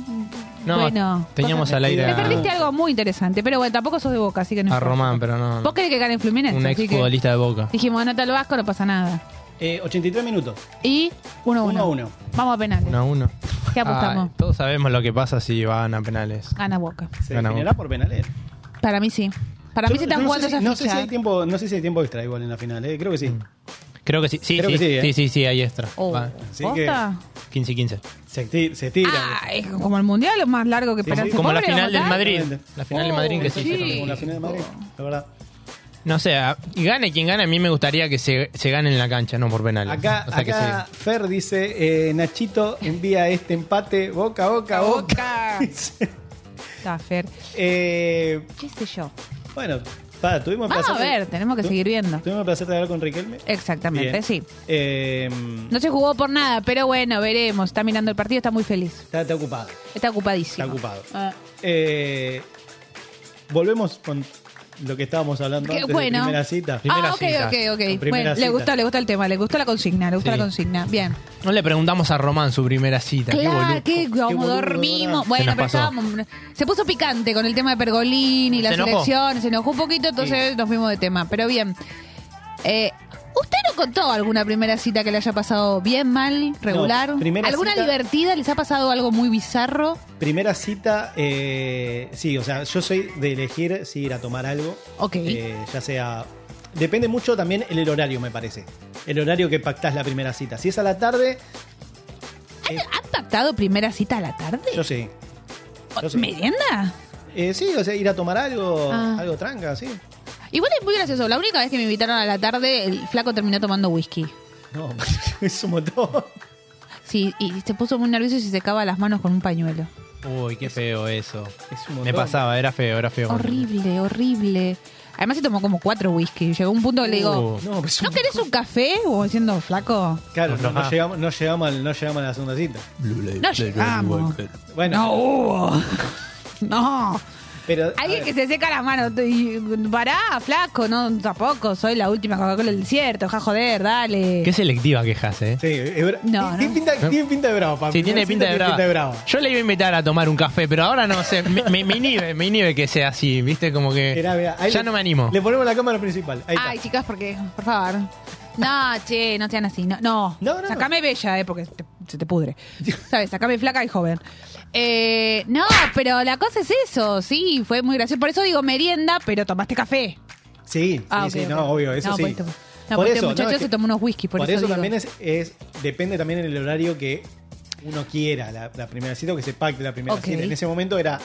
Speaker 6: No,
Speaker 5: bueno.
Speaker 6: teníamos
Speaker 5: cosas-
Speaker 6: al aire
Speaker 5: Te
Speaker 6: a-
Speaker 5: perdiste algo muy interesante, pero bueno, tampoco sos de Boca, así que no
Speaker 6: A
Speaker 5: importa.
Speaker 6: Román, pero no. no.
Speaker 5: Vos querés que gane Fluminense.
Speaker 6: Un
Speaker 5: así
Speaker 6: ex
Speaker 5: que
Speaker 6: futbolista de Boca.
Speaker 5: Dijimos, anota el Vasco, no pasa nada.
Speaker 4: Eh, 83 minutos.
Speaker 5: Y 1-1.
Speaker 4: Uno a uno.
Speaker 5: Vamos a penales.
Speaker 6: 1 a 1.
Speaker 5: ¿Qué apostamos?
Speaker 6: todos sabemos lo que pasa si van a penales.
Speaker 5: Gana Boca.
Speaker 4: Se
Speaker 6: Ganamos.
Speaker 4: definirá por penales.
Speaker 5: Para mí sí. Para mí
Speaker 4: Yo-
Speaker 5: sí están
Speaker 4: yo
Speaker 5: jugando ¿eh?
Speaker 4: no sé,
Speaker 5: esa
Speaker 4: si, no sé
Speaker 5: ficha.
Speaker 4: si hay tiempo, no sé si hay tiempo extra igual en la final, eh, creo que sí.
Speaker 6: Mm. Creo que sí. Sí,
Speaker 4: Creo
Speaker 6: sí,
Speaker 4: que sí,
Speaker 6: sí,
Speaker 4: ¿eh?
Speaker 6: sí, sí, ahí extra.
Speaker 5: Oh,
Speaker 6: Va.
Speaker 4: Así que-
Speaker 5: ¿posta?
Speaker 6: 15-15.
Speaker 4: Se, ti- se tira.
Speaker 5: Ah, es como el mundial, lo más largo que
Speaker 4: Sí,
Speaker 5: esperanza.
Speaker 4: sí.
Speaker 6: Como la
Speaker 5: Pobre,
Speaker 6: final del
Speaker 5: ¿verdad?
Speaker 6: Madrid. La final del Madrid que
Speaker 5: Oh, sí.
Speaker 6: sí.
Speaker 4: Como la final de Madrid, la verdad.
Speaker 6: No sé, a- y gane quien gane, a mí me gustaría que se, se gane en la cancha, no por penales.
Speaker 4: Acá,
Speaker 6: O sea, que
Speaker 4: acá
Speaker 6: se-
Speaker 4: Fer dice, eh, Nachito envía este empate boca, boca, boca.
Speaker 5: Está, Fer.
Speaker 4: Eh,
Speaker 5: ¿Qué sé yo?
Speaker 4: bueno, para, tuvimos el
Speaker 5: Vamos
Speaker 4: placer
Speaker 5: a
Speaker 4: de-
Speaker 5: ver, tenemos que
Speaker 4: tu-
Speaker 5: seguir viendo.
Speaker 4: Tuvimos el placer de hablar con Riquelme.
Speaker 5: Exactamente,
Speaker 4: Bien.
Speaker 5: sí.
Speaker 4: Eh,
Speaker 5: No se jugó por nada, pero bueno, veremos. Está mirando el partido, está muy feliz.
Speaker 4: está, está ocupado.
Speaker 5: Está ocupadísimo.
Speaker 4: Está ocupado.
Speaker 5: Ah,
Speaker 4: Eh, volvemos con lo que estábamos hablando
Speaker 5: Qué
Speaker 4: antes
Speaker 5: bueno.
Speaker 4: de primera cita.
Speaker 5: ah,
Speaker 6: Primera
Speaker 5: ok, ok,
Speaker 6: cita.
Speaker 5: ok.
Speaker 4: Con primera
Speaker 5: Bueno, le
Speaker 4: cita.
Speaker 5: gusta, le gusta el tema, le gusta la consigna, le gusta
Speaker 6: Sí.
Speaker 5: la consigna. Bien.
Speaker 6: No le preguntamos a Román su primera cita. qué
Speaker 5: Claro,
Speaker 6: boludo.
Speaker 5: que como
Speaker 4: boludo, ¿verdad?
Speaker 5: dormimos. Bueno,
Speaker 6: Se nos
Speaker 5: pero
Speaker 6: pasó.
Speaker 5: estábamos. Se puso picante con el tema de Pergolini, la
Speaker 6: Se enojó.
Speaker 5: selección, se enojó un poquito, entonces nos fuimos de tema. Pero bien. Eh, ¿Usted no contó alguna primera cita que le haya pasado bien, mal, regular?
Speaker 4: primera
Speaker 5: ¿Alguna
Speaker 4: cita-
Speaker 5: divertida? ¿Les ha pasado algo muy bizarro?
Speaker 4: Primera cita, eh, sí, o sea, yo soy de elegir si ir a tomar algo.
Speaker 5: Ok.
Speaker 4: Eh, ya sea. Depende mucho también el, el horario, me parece. El horario que pactás la primera cita. Si es a la tarde,
Speaker 5: ¿Han pactado primera cita a la tarde?
Speaker 4: yo sí. yo sí.
Speaker 5: ¿Merienda?
Speaker 4: Eh, sí, o sea, ir a tomar algo,
Speaker 5: Ah.
Speaker 4: algo tranca, sí.
Speaker 5: Igual es muy gracioso. La única vez que me invitaron a la tarde, el flaco terminó tomando whisky.
Speaker 4: No, es un montón.
Speaker 5: Sí, y se puso muy nervioso y se secaba las manos con un pañuelo.
Speaker 6: Uy, qué feo eso.
Speaker 4: Es un montón.
Speaker 6: Me pasaba, era feo, era feo.
Speaker 5: Horrible, horrible. Además se tomó como cuatro whisky. Llegó un punto que le digo,
Speaker 6: Uh.
Speaker 4: No, es un
Speaker 5: ¿no querés un café? O diciendo, flaco,
Speaker 4: Claro, no, no
Speaker 6: Ajá.
Speaker 4: llegamos, no, llegamos al- no llegamos a la segunda cita.
Speaker 5: no llegamos.
Speaker 4: Bueno,
Speaker 5: No, uh, no.
Speaker 4: pero. a
Speaker 5: Alguien
Speaker 4: ver,
Speaker 5: que se seca las manos. y, Pará, flaco, no, tampoco. Soy la última Coca-Cola del desierto. Ja, joder, dale.
Speaker 6: Qué selectiva quejas, eh.
Speaker 4: Sí, es bra-
Speaker 5: No,
Speaker 4: tiene,
Speaker 5: no.
Speaker 4: Pinta, tiene pinta de bravo, papi.
Speaker 6: Sí,
Speaker 4: Primera
Speaker 6: tiene pinta
Speaker 4: cita
Speaker 6: de,
Speaker 4: tiene
Speaker 6: brava. Yo le iba a invitar a tomar un café, pero ahora no sé. Me, me- me inhibe, me inhibe que sea así, ¿viste? Como que.
Speaker 4: Mirá, mirá, ahí
Speaker 6: Eh, ya
Speaker 4: le-
Speaker 6: no me animo.
Speaker 4: Le ponemos la cámara principal. Ahí está.
Speaker 5: Ay, chicas, porque, por favor. No, che, no sean así. No, no.
Speaker 11: No, no,
Speaker 5: sacame bella, eh, porque te- se te pudre. ¿Sabes? Sacame flaca y joven. Eh, no, pero la cosa es eso. Sí, fue muy gracioso. Por eso digo merienda, pero tomaste café.
Speaker 4: Sí, sí,
Speaker 5: Ah,
Speaker 4: sí,
Speaker 5: ok,
Speaker 4: no,
Speaker 5: ok.
Speaker 4: obvio, eso
Speaker 5: No,
Speaker 4: sí.
Speaker 5: pues, to- no, porque este muchacho
Speaker 4: es
Speaker 5: se
Speaker 4: que-
Speaker 5: tomó unos whisky, por eso digo.
Speaker 4: también es, es- depende también el horario que uno quiera, la, la primera cita o que se pacte la primera
Speaker 5: Ok.
Speaker 4: cita. En ese momento era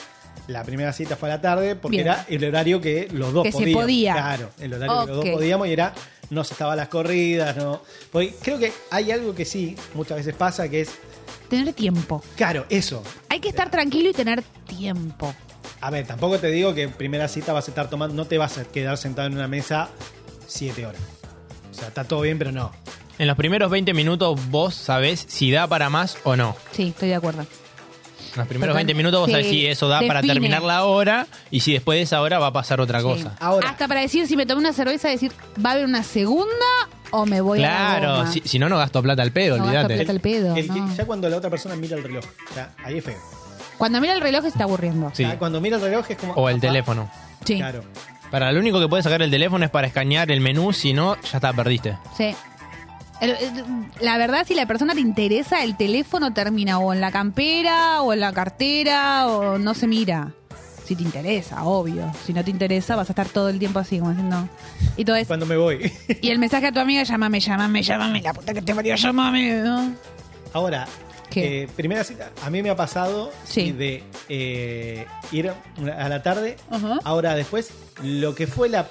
Speaker 4: la primera cita fue a la tarde porque
Speaker 5: Bien.
Speaker 4: era el horario que los dos
Speaker 5: Que se
Speaker 4: podíamos.
Speaker 5: podía.
Speaker 4: Claro, el horario que los
Speaker 5: Ok.
Speaker 4: dos podíamos y era no se estaba a las corridas, no. Porque creo que hay algo que sí muchas veces pasa que es
Speaker 5: Tener tiempo.
Speaker 4: claro, eso.
Speaker 5: Hay que
Speaker 4: Eh.
Speaker 5: estar tranquilo y tener tiempo.
Speaker 4: A ver, tampoco te digo que en primera cita vas a estar tomando, no te vas a quedar sentado en una mesa siete horas. O sea, está todo bien, pero no.
Speaker 6: En los primeros 20 minutos vos sabés si da para más o no.
Speaker 5: Sí, estoy de acuerdo.
Speaker 6: En los primeros
Speaker 5: Total-
Speaker 6: 20 minutos vos
Speaker 5: sí,
Speaker 6: sabés si eso da para
Speaker 5: define.
Speaker 6: terminar la hora y si después de esa hora va a pasar otra cosa.
Speaker 5: Sí.
Speaker 4: Ahora.
Speaker 5: Hasta para decir si me tomo una cerveza, decir, ¿va a haber una segunda o me voy a la
Speaker 6: Claro,
Speaker 5: goma?
Speaker 6: si, si no, no gasto plata al pedo,
Speaker 5: No gasto
Speaker 6: olvídate.
Speaker 5: plata al pedo,
Speaker 4: El que-
Speaker 5: no.
Speaker 4: Ya cuando la otra persona mira el reloj, ya, ahí es feo.
Speaker 5: Cuando mira el reloj está aburriendo.
Speaker 6: Sí.
Speaker 4: Ya, cuando mira el reloj es como.
Speaker 6: O el
Speaker 4: ah,
Speaker 6: teléfono.
Speaker 5: Sí.
Speaker 4: Claro.
Speaker 6: Para lo único que puedes sacar el teléfono es para escanear el menú, si no, ya está, perdiste.
Speaker 5: Sí. El- el- la verdad, si la persona te interesa, el teléfono termina o en la campera o en la cartera o no se mira. Si te interesa, obvio. Si no te interesa, vas a estar todo el tiempo así, como diciendo. Y todo eso.
Speaker 4: Cuando me voy.
Speaker 5: Y el mensaje a tu amiga, llámame, llámame, llámame, la puta que te parió, llámame. ¿no?
Speaker 4: Ahora,
Speaker 5: ¿Qué?
Speaker 4: eh, primera cita, a mí me ha pasado
Speaker 5: Sí.
Speaker 4: sí, de eh, ir a la tarde.
Speaker 5: Ajá.
Speaker 4: Ahora, después, lo que fue la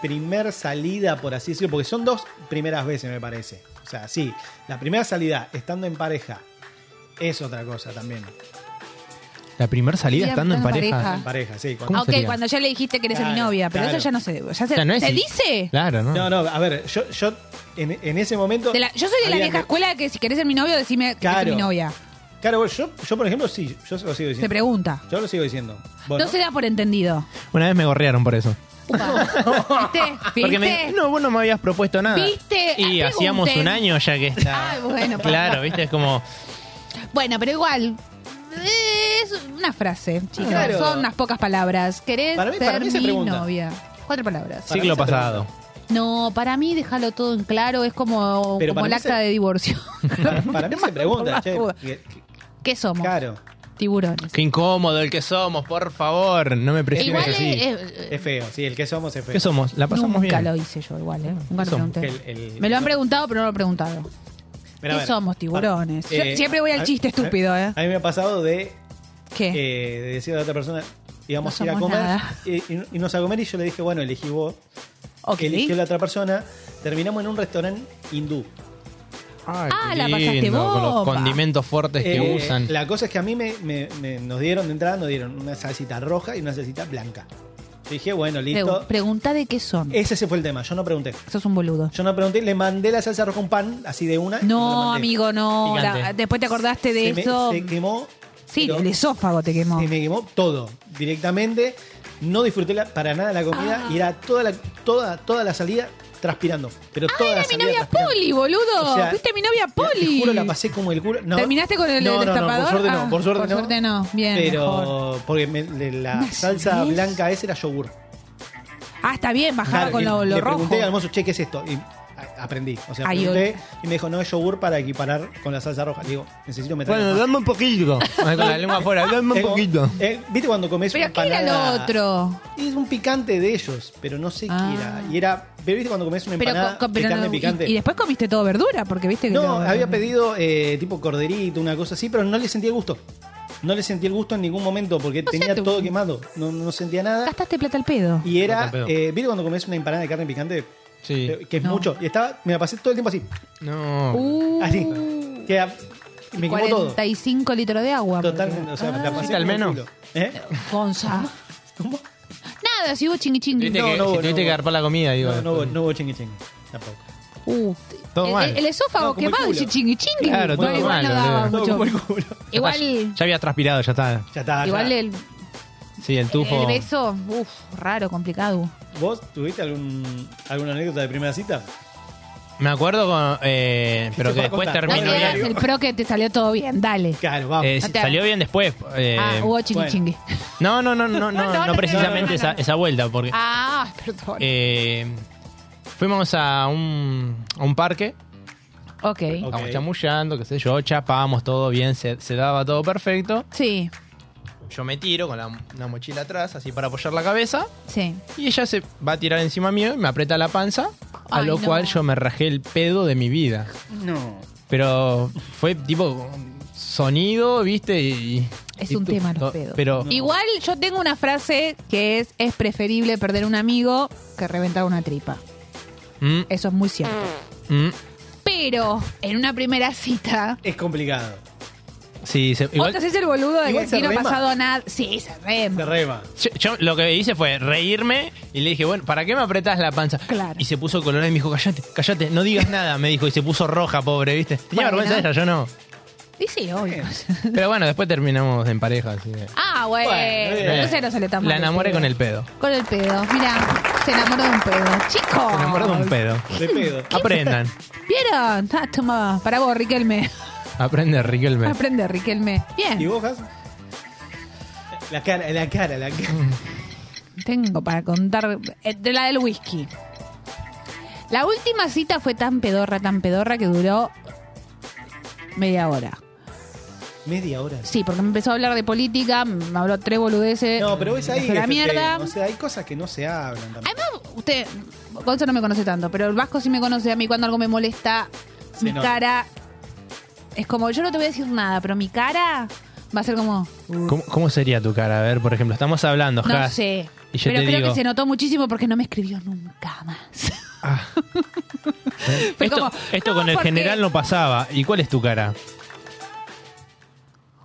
Speaker 4: primer salida, por así decirlo, porque son dos primeras veces, me parece. O sea, sí, la primera salida estando en pareja es otra cosa también.
Speaker 6: La primera salida
Speaker 5: Sí,
Speaker 6: estando en pareja.
Speaker 5: pareja.
Speaker 4: En pareja, sí. cuando-
Speaker 6: ¿Cómo
Speaker 5: Ah, ok,
Speaker 6: sería?
Speaker 5: cuando ya le dijiste que eres mi
Speaker 4: Claro,
Speaker 5: novia, pero
Speaker 4: claro.
Speaker 5: eso ya no se. Ya se
Speaker 6: O sea, no es
Speaker 5: ¿se
Speaker 6: el-
Speaker 5: dice?
Speaker 6: Claro, ¿no?
Speaker 4: No, no, a ver, yo, yo en, en ese momento.
Speaker 5: De la- yo soy de la
Speaker 4: había-
Speaker 5: vieja escuela que si querés ser mi novio, decime que
Speaker 4: Claro.
Speaker 5: eres mi novia.
Speaker 4: Claro, yo, yo por ejemplo, sí, yo se lo sigo
Speaker 5: Se
Speaker 4: diciendo.
Speaker 5: pregunta.
Speaker 4: Yo lo sigo diciendo. Bueno,
Speaker 5: No se da por entendido.
Speaker 6: Una vez me gorrearon por eso.
Speaker 5: Upa. ¿Viste? ¿Viste?
Speaker 6: Porque me, no, vos no me habías propuesto nada.
Speaker 5: ¿Viste? Ah,
Speaker 6: Y
Speaker 5: pregunten.
Speaker 6: hacíamos un año ya que está.
Speaker 5: Ay, bueno, papá.
Speaker 6: Claro, viste, es como.
Speaker 5: Bueno, pero igual. eh, Es una frase, chicos.
Speaker 4: Claro.
Speaker 5: Son unas pocas palabras. ¿Querés
Speaker 4: Para mí-
Speaker 5: ser
Speaker 4: para mí se
Speaker 5: mi
Speaker 4: pregunta.
Speaker 5: novia? Cuatro palabras.
Speaker 4: Para
Speaker 6: Siglo
Speaker 4: mí se pregunta.
Speaker 6: pasado.
Speaker 5: No, para mí déjalo todo en claro. Es como,
Speaker 4: Pero
Speaker 5: como
Speaker 4: para
Speaker 5: el
Speaker 4: mí
Speaker 5: acta
Speaker 4: se-
Speaker 5: de divorcio.
Speaker 4: para mí se pregunta, che,
Speaker 5: Por las
Speaker 4: que-
Speaker 5: ¿Qué
Speaker 4: que-
Speaker 5: somos?
Speaker 4: claro,
Speaker 5: Tiburones.
Speaker 6: Qué incómodo el que somos, por favor. No me presiones
Speaker 5: Igual
Speaker 6: así.
Speaker 5: es- eh, es-
Speaker 4: es feo, sí, el que somos es feo.
Speaker 6: ¿Qué somos? La pasamos
Speaker 5: Nunca
Speaker 6: bien.
Speaker 5: lo hice yo igual, ¿eh? Nunca lo
Speaker 6: somos?
Speaker 5: pregunté.
Speaker 4: El- el-
Speaker 5: Me lo han preguntado, pero no lo he preguntado.
Speaker 4: Mirá,
Speaker 5: ¿Qué
Speaker 4: a ver,
Speaker 5: somos, tiburones?
Speaker 4: pa- eh,
Speaker 5: Yo siempre voy al
Speaker 4: a-
Speaker 5: chiste
Speaker 4: a-
Speaker 5: estúpido, ¿eh?
Speaker 4: A mí me ha pasado de,
Speaker 5: ¿Qué?
Speaker 4: eh, de decir a otra persona, íbamos
Speaker 5: No
Speaker 4: a ir a
Speaker 5: somos
Speaker 4: comer,
Speaker 5: nada.
Speaker 4: eh, y, y nos a comer, y yo le dije, bueno, elegí vos,
Speaker 5: Ok.
Speaker 4: eligió la otra persona, terminamos en un restaurante hindú.
Speaker 6: Ay,
Speaker 5: Ah,
Speaker 6: qué
Speaker 5: la pasaste
Speaker 6: lindo, Con los
Speaker 5: bomba.
Speaker 6: condimentos fuertes que
Speaker 4: Eh,
Speaker 6: usan.
Speaker 4: La cosa es que a mí me, me- me- nos dieron de entrada, nos dieron una salsita roja y una salsita blanca. Yo dije, bueno, listo.
Speaker 5: Pregu- pregunta de qué son.
Speaker 4: Ese ese fue el tema, yo no pregunté.
Speaker 5: Sos un boludo.
Speaker 4: Yo no pregunté, le mandé la salsa roja a un pan, así de una. y se la
Speaker 5: No,
Speaker 4: mandé.
Speaker 5: amigo, no.
Speaker 6: Gigante.
Speaker 5: La- después te acordaste de
Speaker 4: se me-
Speaker 5: eso.
Speaker 4: se quemó.
Speaker 5: sí,
Speaker 4: pero
Speaker 5: el esófago te quemó.
Speaker 4: Se me quemó todo, directamente. No disfruté la- para nada la comida
Speaker 5: Ah.
Speaker 4: y era toda la, toda, toda la salida transpirando. Pero toda la
Speaker 5: Era mi
Speaker 4: salida
Speaker 5: novia
Speaker 4: transpirando.
Speaker 5: Poli, boludo.
Speaker 4: O sea,
Speaker 5: Fuiste mi novia
Speaker 4: Te- te
Speaker 5: Poli.
Speaker 4: juro, la pasé como el culo. No,
Speaker 5: ¿Terminaste con el
Speaker 4: no, no,
Speaker 5: destapador?
Speaker 4: No, por suerte
Speaker 5: Ah,
Speaker 4: no, por suerte
Speaker 5: por
Speaker 4: no.
Speaker 5: suerte no. Bien,
Speaker 4: Pero
Speaker 5: mejor.
Speaker 4: porque me- de la
Speaker 5: Una
Speaker 4: salsa
Speaker 5: vez.
Speaker 4: blanca esa era yogur.
Speaker 5: Ah, está bien, bajaba
Speaker 4: Claro,
Speaker 5: con
Speaker 4: y
Speaker 5: lo, lo
Speaker 4: le
Speaker 5: rojo.
Speaker 4: pregunté al mozo, che, ¿qué es esto? Y a- aprendí. O sea,
Speaker 5: Ay,
Speaker 4: pregunté y me dijo, no, es yogur para equiparar con la salsa roja. Le Digo, necesito meter
Speaker 6: Bueno,
Speaker 4: más.
Speaker 6: dame un poquito. Con la lengua afuera, dame un
Speaker 4: Tengo-
Speaker 6: poquito.
Speaker 4: eh, ¿Viste cuando comes
Speaker 5: Pero
Speaker 4: una
Speaker 5: ¿qué era lo
Speaker 4: empanada?
Speaker 5: otro?
Speaker 4: Es un picante de ellos, pero no sé
Speaker 5: Ah.
Speaker 4: qué era. Y era, pero viste cuando comes una
Speaker 5: Pero,
Speaker 4: empanada
Speaker 5: co- co- pero
Speaker 4: de carne
Speaker 5: no- y-
Speaker 4: picante.
Speaker 5: Y, después comiste todo verdura, porque viste que.
Speaker 4: no,
Speaker 5: lo-
Speaker 4: había pedido eh, tipo corderito, una cosa así, pero no le sentía el gusto. No le sentí el gusto en ningún momento porque tenía
Speaker 5: tú-
Speaker 4: todo quemado. No, no sentía nada.
Speaker 5: Gastaste plata al pedo.
Speaker 4: Y era,
Speaker 6: No, tampoco.
Speaker 4: eh, ¿viste cuando comes una empanada de carne picante?
Speaker 6: Sí.
Speaker 4: Eh, Que es
Speaker 5: No.
Speaker 4: mucho. Y estaba, me la pasé todo el tiempo así.
Speaker 6: No.
Speaker 5: Uh,
Speaker 4: Así. Que era- Ah, y me quemó todo.
Speaker 5: 45 litros de agua.
Speaker 4: Totalmente. O sea,
Speaker 5: Ah,
Speaker 4: me la pasé
Speaker 6: ¿Hiciste al
Speaker 4: como el
Speaker 6: menos?
Speaker 4: culo. ¿Eh?
Speaker 5: Gonza.
Speaker 4: ¿Cómo?
Speaker 5: Nada, si hubo chingui chingui.
Speaker 6: Tuviste
Speaker 4: No, no
Speaker 6: que, si
Speaker 4: hubo,
Speaker 6: tuviste
Speaker 4: no
Speaker 6: que
Speaker 4: hubo.
Speaker 6: garpar la comida, digo. eh,
Speaker 4: No, no, hubo- no hubo chingui chingui. Tampoco.
Speaker 5: Uh,
Speaker 6: Todo
Speaker 5: el,
Speaker 6: mal.
Speaker 5: el- el esófago
Speaker 4: No, como el
Speaker 5: quemado dice
Speaker 4: culo.
Speaker 5: chingui chingui.
Speaker 6: Claro, todo
Speaker 5: igual
Speaker 6: mal,
Speaker 5: no daba
Speaker 6: boludo.
Speaker 4: Todo
Speaker 5: mucho.
Speaker 4: como el culo.
Speaker 5: Igual,
Speaker 6: Ya había transpirado, ya está.
Speaker 4: Ya está. ya.
Speaker 5: igual el,
Speaker 6: Sí, el tufo.
Speaker 5: el beso, uff, raro, complicado.
Speaker 4: ¿Vos tuviste algún, alguna anécdota de primera cita?
Speaker 6: Me acuerdo con. eh, pero
Speaker 4: se
Speaker 6: que
Speaker 4: puede
Speaker 6: después
Speaker 4: contar?
Speaker 5: No
Speaker 4: Bueno,
Speaker 5: te
Speaker 6: terminó
Speaker 5: hagas
Speaker 4: Hilario.
Speaker 6: bien.
Speaker 5: el pro que te salió todo bien, dale.
Speaker 4: Claro, vamos.
Speaker 6: Eh,
Speaker 5: No te-
Speaker 6: salió bien después. eh,
Speaker 5: ah, hubo chingui
Speaker 4: bueno.
Speaker 5: chingui.
Speaker 6: no, no, no, no, no,
Speaker 5: No, no,
Speaker 6: no,
Speaker 5: no, Ah.
Speaker 6: precisamente
Speaker 5: no, no, no.
Speaker 6: eh, Esa, esa vuelta, porque
Speaker 5: Ah, perdón.
Speaker 6: eh, Fuimos a un, a un parque,
Speaker 5: Ok.
Speaker 6: estábamos chamullando, qué sé yo, chapamos todo bien, se, se daba todo perfecto.
Speaker 5: Sí,
Speaker 6: Yo me tiro con la, una mochila atrás, así para apoyar la cabeza.
Speaker 5: sí.
Speaker 6: Y ella se va a tirar encima mío y me aprieta la panza, a
Speaker 5: Ay,
Speaker 6: lo
Speaker 5: no.
Speaker 6: cual yo me rajé el pedo de mi vida.
Speaker 7: No.
Speaker 6: Pero fue tipo sonido, viste, y...
Speaker 5: Es
Speaker 6: y
Speaker 5: un
Speaker 6: tu-
Speaker 5: tema los
Speaker 6: to-
Speaker 5: pedos.
Speaker 6: Pero
Speaker 5: Igual yo tengo una frase que es es preferible perder un amigo que reventar una tripa.
Speaker 6: Mm,
Speaker 5: Eso es muy cierto.
Speaker 6: mm,
Speaker 5: Pero en una primera cita,
Speaker 4: Es complicado.
Speaker 6: sí, se-
Speaker 5: vos
Speaker 6: igual,
Speaker 5: te haces el boludo de que
Speaker 4: igual se
Speaker 5: aquí no ha
Speaker 4: rema.
Speaker 5: pasado nada. Sí, se rema.
Speaker 4: Se rema.
Speaker 6: yo, yo lo que hice fue reírme y le dije, bueno, ¿para qué me apretás la panza?
Speaker 5: Claro.
Speaker 6: Y se puso colorada y me dijo, callate, callate, no digas nada, me dijo, y se puso roja, pobre, viste. Tenía
Speaker 5: Bueno.
Speaker 6: vergüenza ella, yo no.
Speaker 5: Y sí, obvio.
Speaker 6: Pero bueno, después terminamos en pareja, así que-
Speaker 5: Ah, bueno.
Speaker 4: Bueno,
Speaker 5: Entonces no se le tan
Speaker 6: La
Speaker 5: mal
Speaker 6: enamoré con
Speaker 5: pedo.
Speaker 6: el pedo.
Speaker 5: Con el pedo. Mira, se enamoró de un pedo. Chicos.
Speaker 6: Se enamoró de un pedo.
Speaker 4: De pedo.
Speaker 6: Aprendan.
Speaker 5: ¿Vieron? Ah, toma. Para vos, Riquelme.
Speaker 6: Aprende, Riquelme.
Speaker 5: Aprende, Riquelme.
Speaker 4: ¿Y
Speaker 5: Bien.
Speaker 4: vos, Has? La cara, la cara, la cara.
Speaker 5: Tengo para contar eh, de la del whisky. La última cita fue tan pedorra, tan pedorra que duró media hora.
Speaker 4: Media hora.
Speaker 5: Sí, porque me empezó a hablar de política, me habló tres boludeces.
Speaker 4: No, pero es ahí.
Speaker 5: de Eh, la
Speaker 4: FT,
Speaker 5: mierda.
Speaker 4: O sea, hay cosas que no se hablan también.
Speaker 5: Además, usted, Gonza no me conoce tanto, pero el Vasco sí me conoce. A mí cuando algo me molesta,
Speaker 4: Se
Speaker 5: mi
Speaker 4: nota.
Speaker 5: cara es como, yo no te voy a decir nada, pero mi cara va a ser como,
Speaker 6: ¿Cómo, cómo sería tu cara? A ver, por ejemplo, estamos hablando,
Speaker 5: no
Speaker 6: Has,
Speaker 5: sé.
Speaker 6: Y yo
Speaker 5: Pero
Speaker 6: te
Speaker 5: creo
Speaker 6: digo,
Speaker 5: que se notó muchísimo porque no me escribió nunca más. Fue
Speaker 6: ¿Eh? esto,
Speaker 5: como, "Ah,
Speaker 6: esto
Speaker 5: no,
Speaker 6: con el
Speaker 5: porque-
Speaker 6: general no pasaba. ¿Y cuál es tu cara?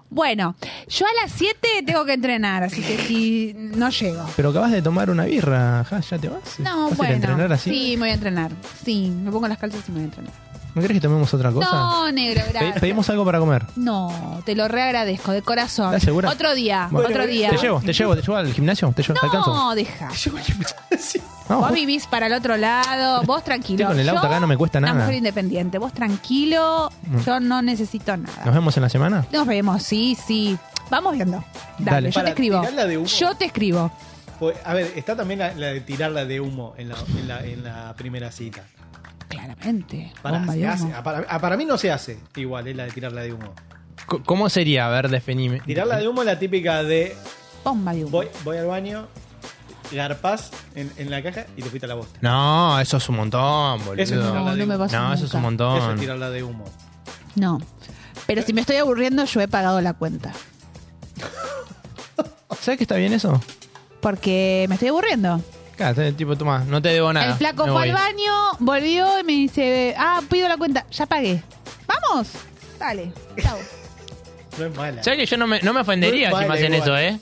Speaker 5: Bueno, yo a las 7 tengo que entrenar, así que si no llego.
Speaker 6: Pero acabas de tomar una birra, Has, ¿ya te vas?
Speaker 5: No,
Speaker 6: ¿Vas a ir a
Speaker 5: bueno.
Speaker 6: entrenar así?
Speaker 5: Sí, me voy a entrenar. Sí, me pongo las calzas y me voy a entrenar.
Speaker 6: ¿No querés que tomemos otra cosa?
Speaker 5: No, negro, gracias.
Speaker 6: Pe- pedimos algo para comer.
Speaker 5: No, te lo reagradezco de corazón.
Speaker 6: ¿Estás segura?
Speaker 5: Otro día, otro día.
Speaker 6: Te llevo, te llevo, te llevo al gimnasio, te llevo, te alcanzo.
Speaker 5: No, deja.
Speaker 6: No,
Speaker 5: Vos
Speaker 6: ju-
Speaker 5: vivís para el otro lado, vos tranquilo.
Speaker 6: Oh. Estoy con el auto
Speaker 5: Yo,
Speaker 6: acá, no me cuesta nada. Mm.
Speaker 5: Una mujer independiente, vos tranquilo, yo no necesito nada.
Speaker 6: nos vemos en la semana.
Speaker 5: Nos vemos, sí, sí. Vamos viendo. Dale,
Speaker 6: Dale.
Speaker 5: yo
Speaker 4: Para
Speaker 5: te escribo.
Speaker 4: tirarla de humo.
Speaker 5: Yo te escribo.
Speaker 4: Pues, A ver, está también la, la de tirarla de humo en la, en la, en la primera cita.
Speaker 5: Claramente.
Speaker 4: Para,
Speaker 5: bomba
Speaker 4: se
Speaker 5: de
Speaker 4: hace.
Speaker 5: humo.
Speaker 4: Ah, para, ah, para mí no se hace igual, es la de tirarla de humo.
Speaker 6: C- ¿Cómo sería? A ver, definime.
Speaker 4: Tirarla de humo es la típica de
Speaker 5: Bomba de humo.
Speaker 4: voy, voy al baño, garpás en, en la caja y te fuiste a la bosta.
Speaker 6: No, eso es un montón, boludo.
Speaker 4: Eso es tirarla
Speaker 5: no,
Speaker 4: de
Speaker 5: no me
Speaker 4: humo.
Speaker 5: pasa.
Speaker 6: No, eso es un
Speaker 5: nunca.
Speaker 4: Eso es
Speaker 6: montón.
Speaker 4: tirarla de humo.
Speaker 5: No. Pero si me estoy aburriendo, yo he pagado la cuenta.
Speaker 6: ¿Sabes que está bien eso?
Speaker 5: Porque me estoy aburriendo.
Speaker 6: Claro, te- tipo, toma, no te debo nada.
Speaker 5: el flaco
Speaker 6: me
Speaker 5: fue al
Speaker 6: voy.
Speaker 5: baño, volvió y me dice, ah, pido la cuenta, ya pagué. Vamos, dale, chao.
Speaker 4: No es mala.
Speaker 6: ¿Sabes que yo no me, no me ofendería
Speaker 4: Vale,
Speaker 6: si me hacen
Speaker 4: igual.
Speaker 6: eso, eh?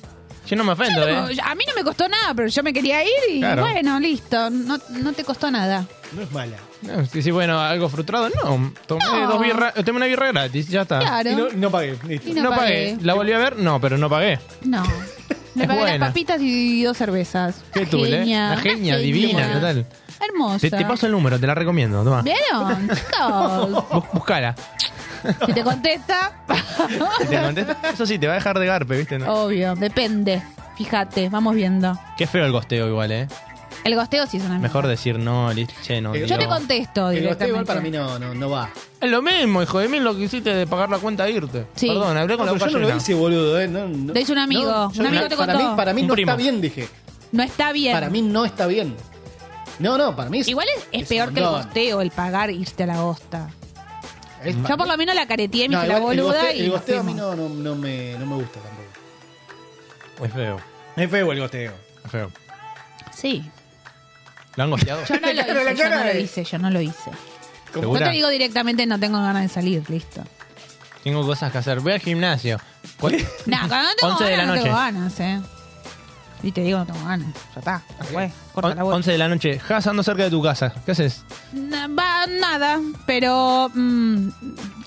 Speaker 6: Yo no me ofendo,
Speaker 5: No,
Speaker 6: eh.
Speaker 5: yo- a mí no me costó nada, pero yo me quería ir y
Speaker 6: Claro.
Speaker 5: bueno, listo, no, no te costó nada.
Speaker 4: No es mala.
Speaker 6: No, sí, sí, bueno, algo frustrado, no. Tomé,
Speaker 5: No.
Speaker 6: Dos birra- tomé una birra gratis, ya está.
Speaker 5: Claro.
Speaker 4: Y no, no pagué, listo.
Speaker 5: Y
Speaker 6: No, pagué. ¿La volví a ver? No, pero no pagué.
Speaker 5: No. Me
Speaker 6: Es
Speaker 5: pagué las
Speaker 6: buena.
Speaker 5: papitas y dos cervezas.
Speaker 6: Qué
Speaker 5: Una
Speaker 6: tú, ¿eh?
Speaker 5: genia,
Speaker 6: Una genia, divina, total.
Speaker 5: Hermosa.
Speaker 6: Te, te paso el número, te la recomiendo, toma.
Speaker 5: ¿Vieron, chicos?
Speaker 6: Bus- buscala.
Speaker 5: Si te contesta,
Speaker 6: Si te contesta- Eso sí, te va a dejar de garpe, ¿viste? No.
Speaker 5: obvio, depende. Fíjate, vamos viendo.
Speaker 6: Qué feo el costeo igual, ¿eh?
Speaker 5: El gosteo sí es una
Speaker 6: Mejor
Speaker 5: mierda.
Speaker 6: decir no, li- che, no.
Speaker 4: Yo
Speaker 5: Yo
Speaker 6: digo.
Speaker 5: te contesto
Speaker 4: El
Speaker 5: directamente.
Speaker 4: gosteo igual para mí no, no, no va.
Speaker 6: Es lo mismo, hijo de mí, lo que hiciste de pagar la cuenta e irte.
Speaker 5: Sí.
Speaker 6: Perdón, hablé con
Speaker 4: No,
Speaker 6: la
Speaker 4: pero
Speaker 6: boca
Speaker 4: yo no lo
Speaker 6: llena.
Speaker 4: hice, boludo. Eh. No, no.
Speaker 5: Lo hizo un amigo.
Speaker 4: No, yo
Speaker 5: Un amigo
Speaker 4: no-
Speaker 5: te
Speaker 4: para
Speaker 5: contó.
Speaker 4: Mí, para mí
Speaker 6: Un
Speaker 4: no
Speaker 6: primo.
Speaker 4: está bien, dije.
Speaker 5: No está bien.
Speaker 4: Para mí no está bien. No, no, para mí es,
Speaker 5: Igual es, es
Speaker 4: es
Speaker 5: peor
Speaker 4: un
Speaker 5: que el
Speaker 4: montón.
Speaker 5: costeo, el pagar e irte a la bosta.
Speaker 4: es-
Speaker 5: Yo por lo menos la careteé, me
Speaker 4: No,
Speaker 5: hice la
Speaker 4: igual el
Speaker 5: boluda
Speaker 4: goste-
Speaker 5: y.
Speaker 4: El
Speaker 5: nos
Speaker 4: gosteo a mí
Speaker 5: fuimos.
Speaker 4: no, no, no me, no me gusta tampoco.
Speaker 6: Es feo,
Speaker 4: Es feo el gosteo.
Speaker 6: es feo.
Speaker 5: Sí.
Speaker 6: ¿Lo han gosteado?
Speaker 5: Yo no lo
Speaker 4: Pero la
Speaker 5: hice, yo
Speaker 4: cara
Speaker 5: no lo
Speaker 4: de-
Speaker 5: hice, yo no lo hice. No
Speaker 6: ¿Segura?
Speaker 5: te digo directamente, no tengo ganas de salir, listo.
Speaker 6: Tengo cosas que hacer. Voy al gimnasio. ¿Cuál-
Speaker 5: No, cuando no tengo
Speaker 6: 11 de la
Speaker 5: ganas, no tengo
Speaker 6: noche.
Speaker 5: ganas, eh. Y te digo, no tengo ganas. Ya está, güey, corta la
Speaker 6: On-
Speaker 5: bola.
Speaker 6: 11 de la noche. Has ando cerca de tu casa. ¿Qué haces?
Speaker 5: Na- va, nada, pero. mm,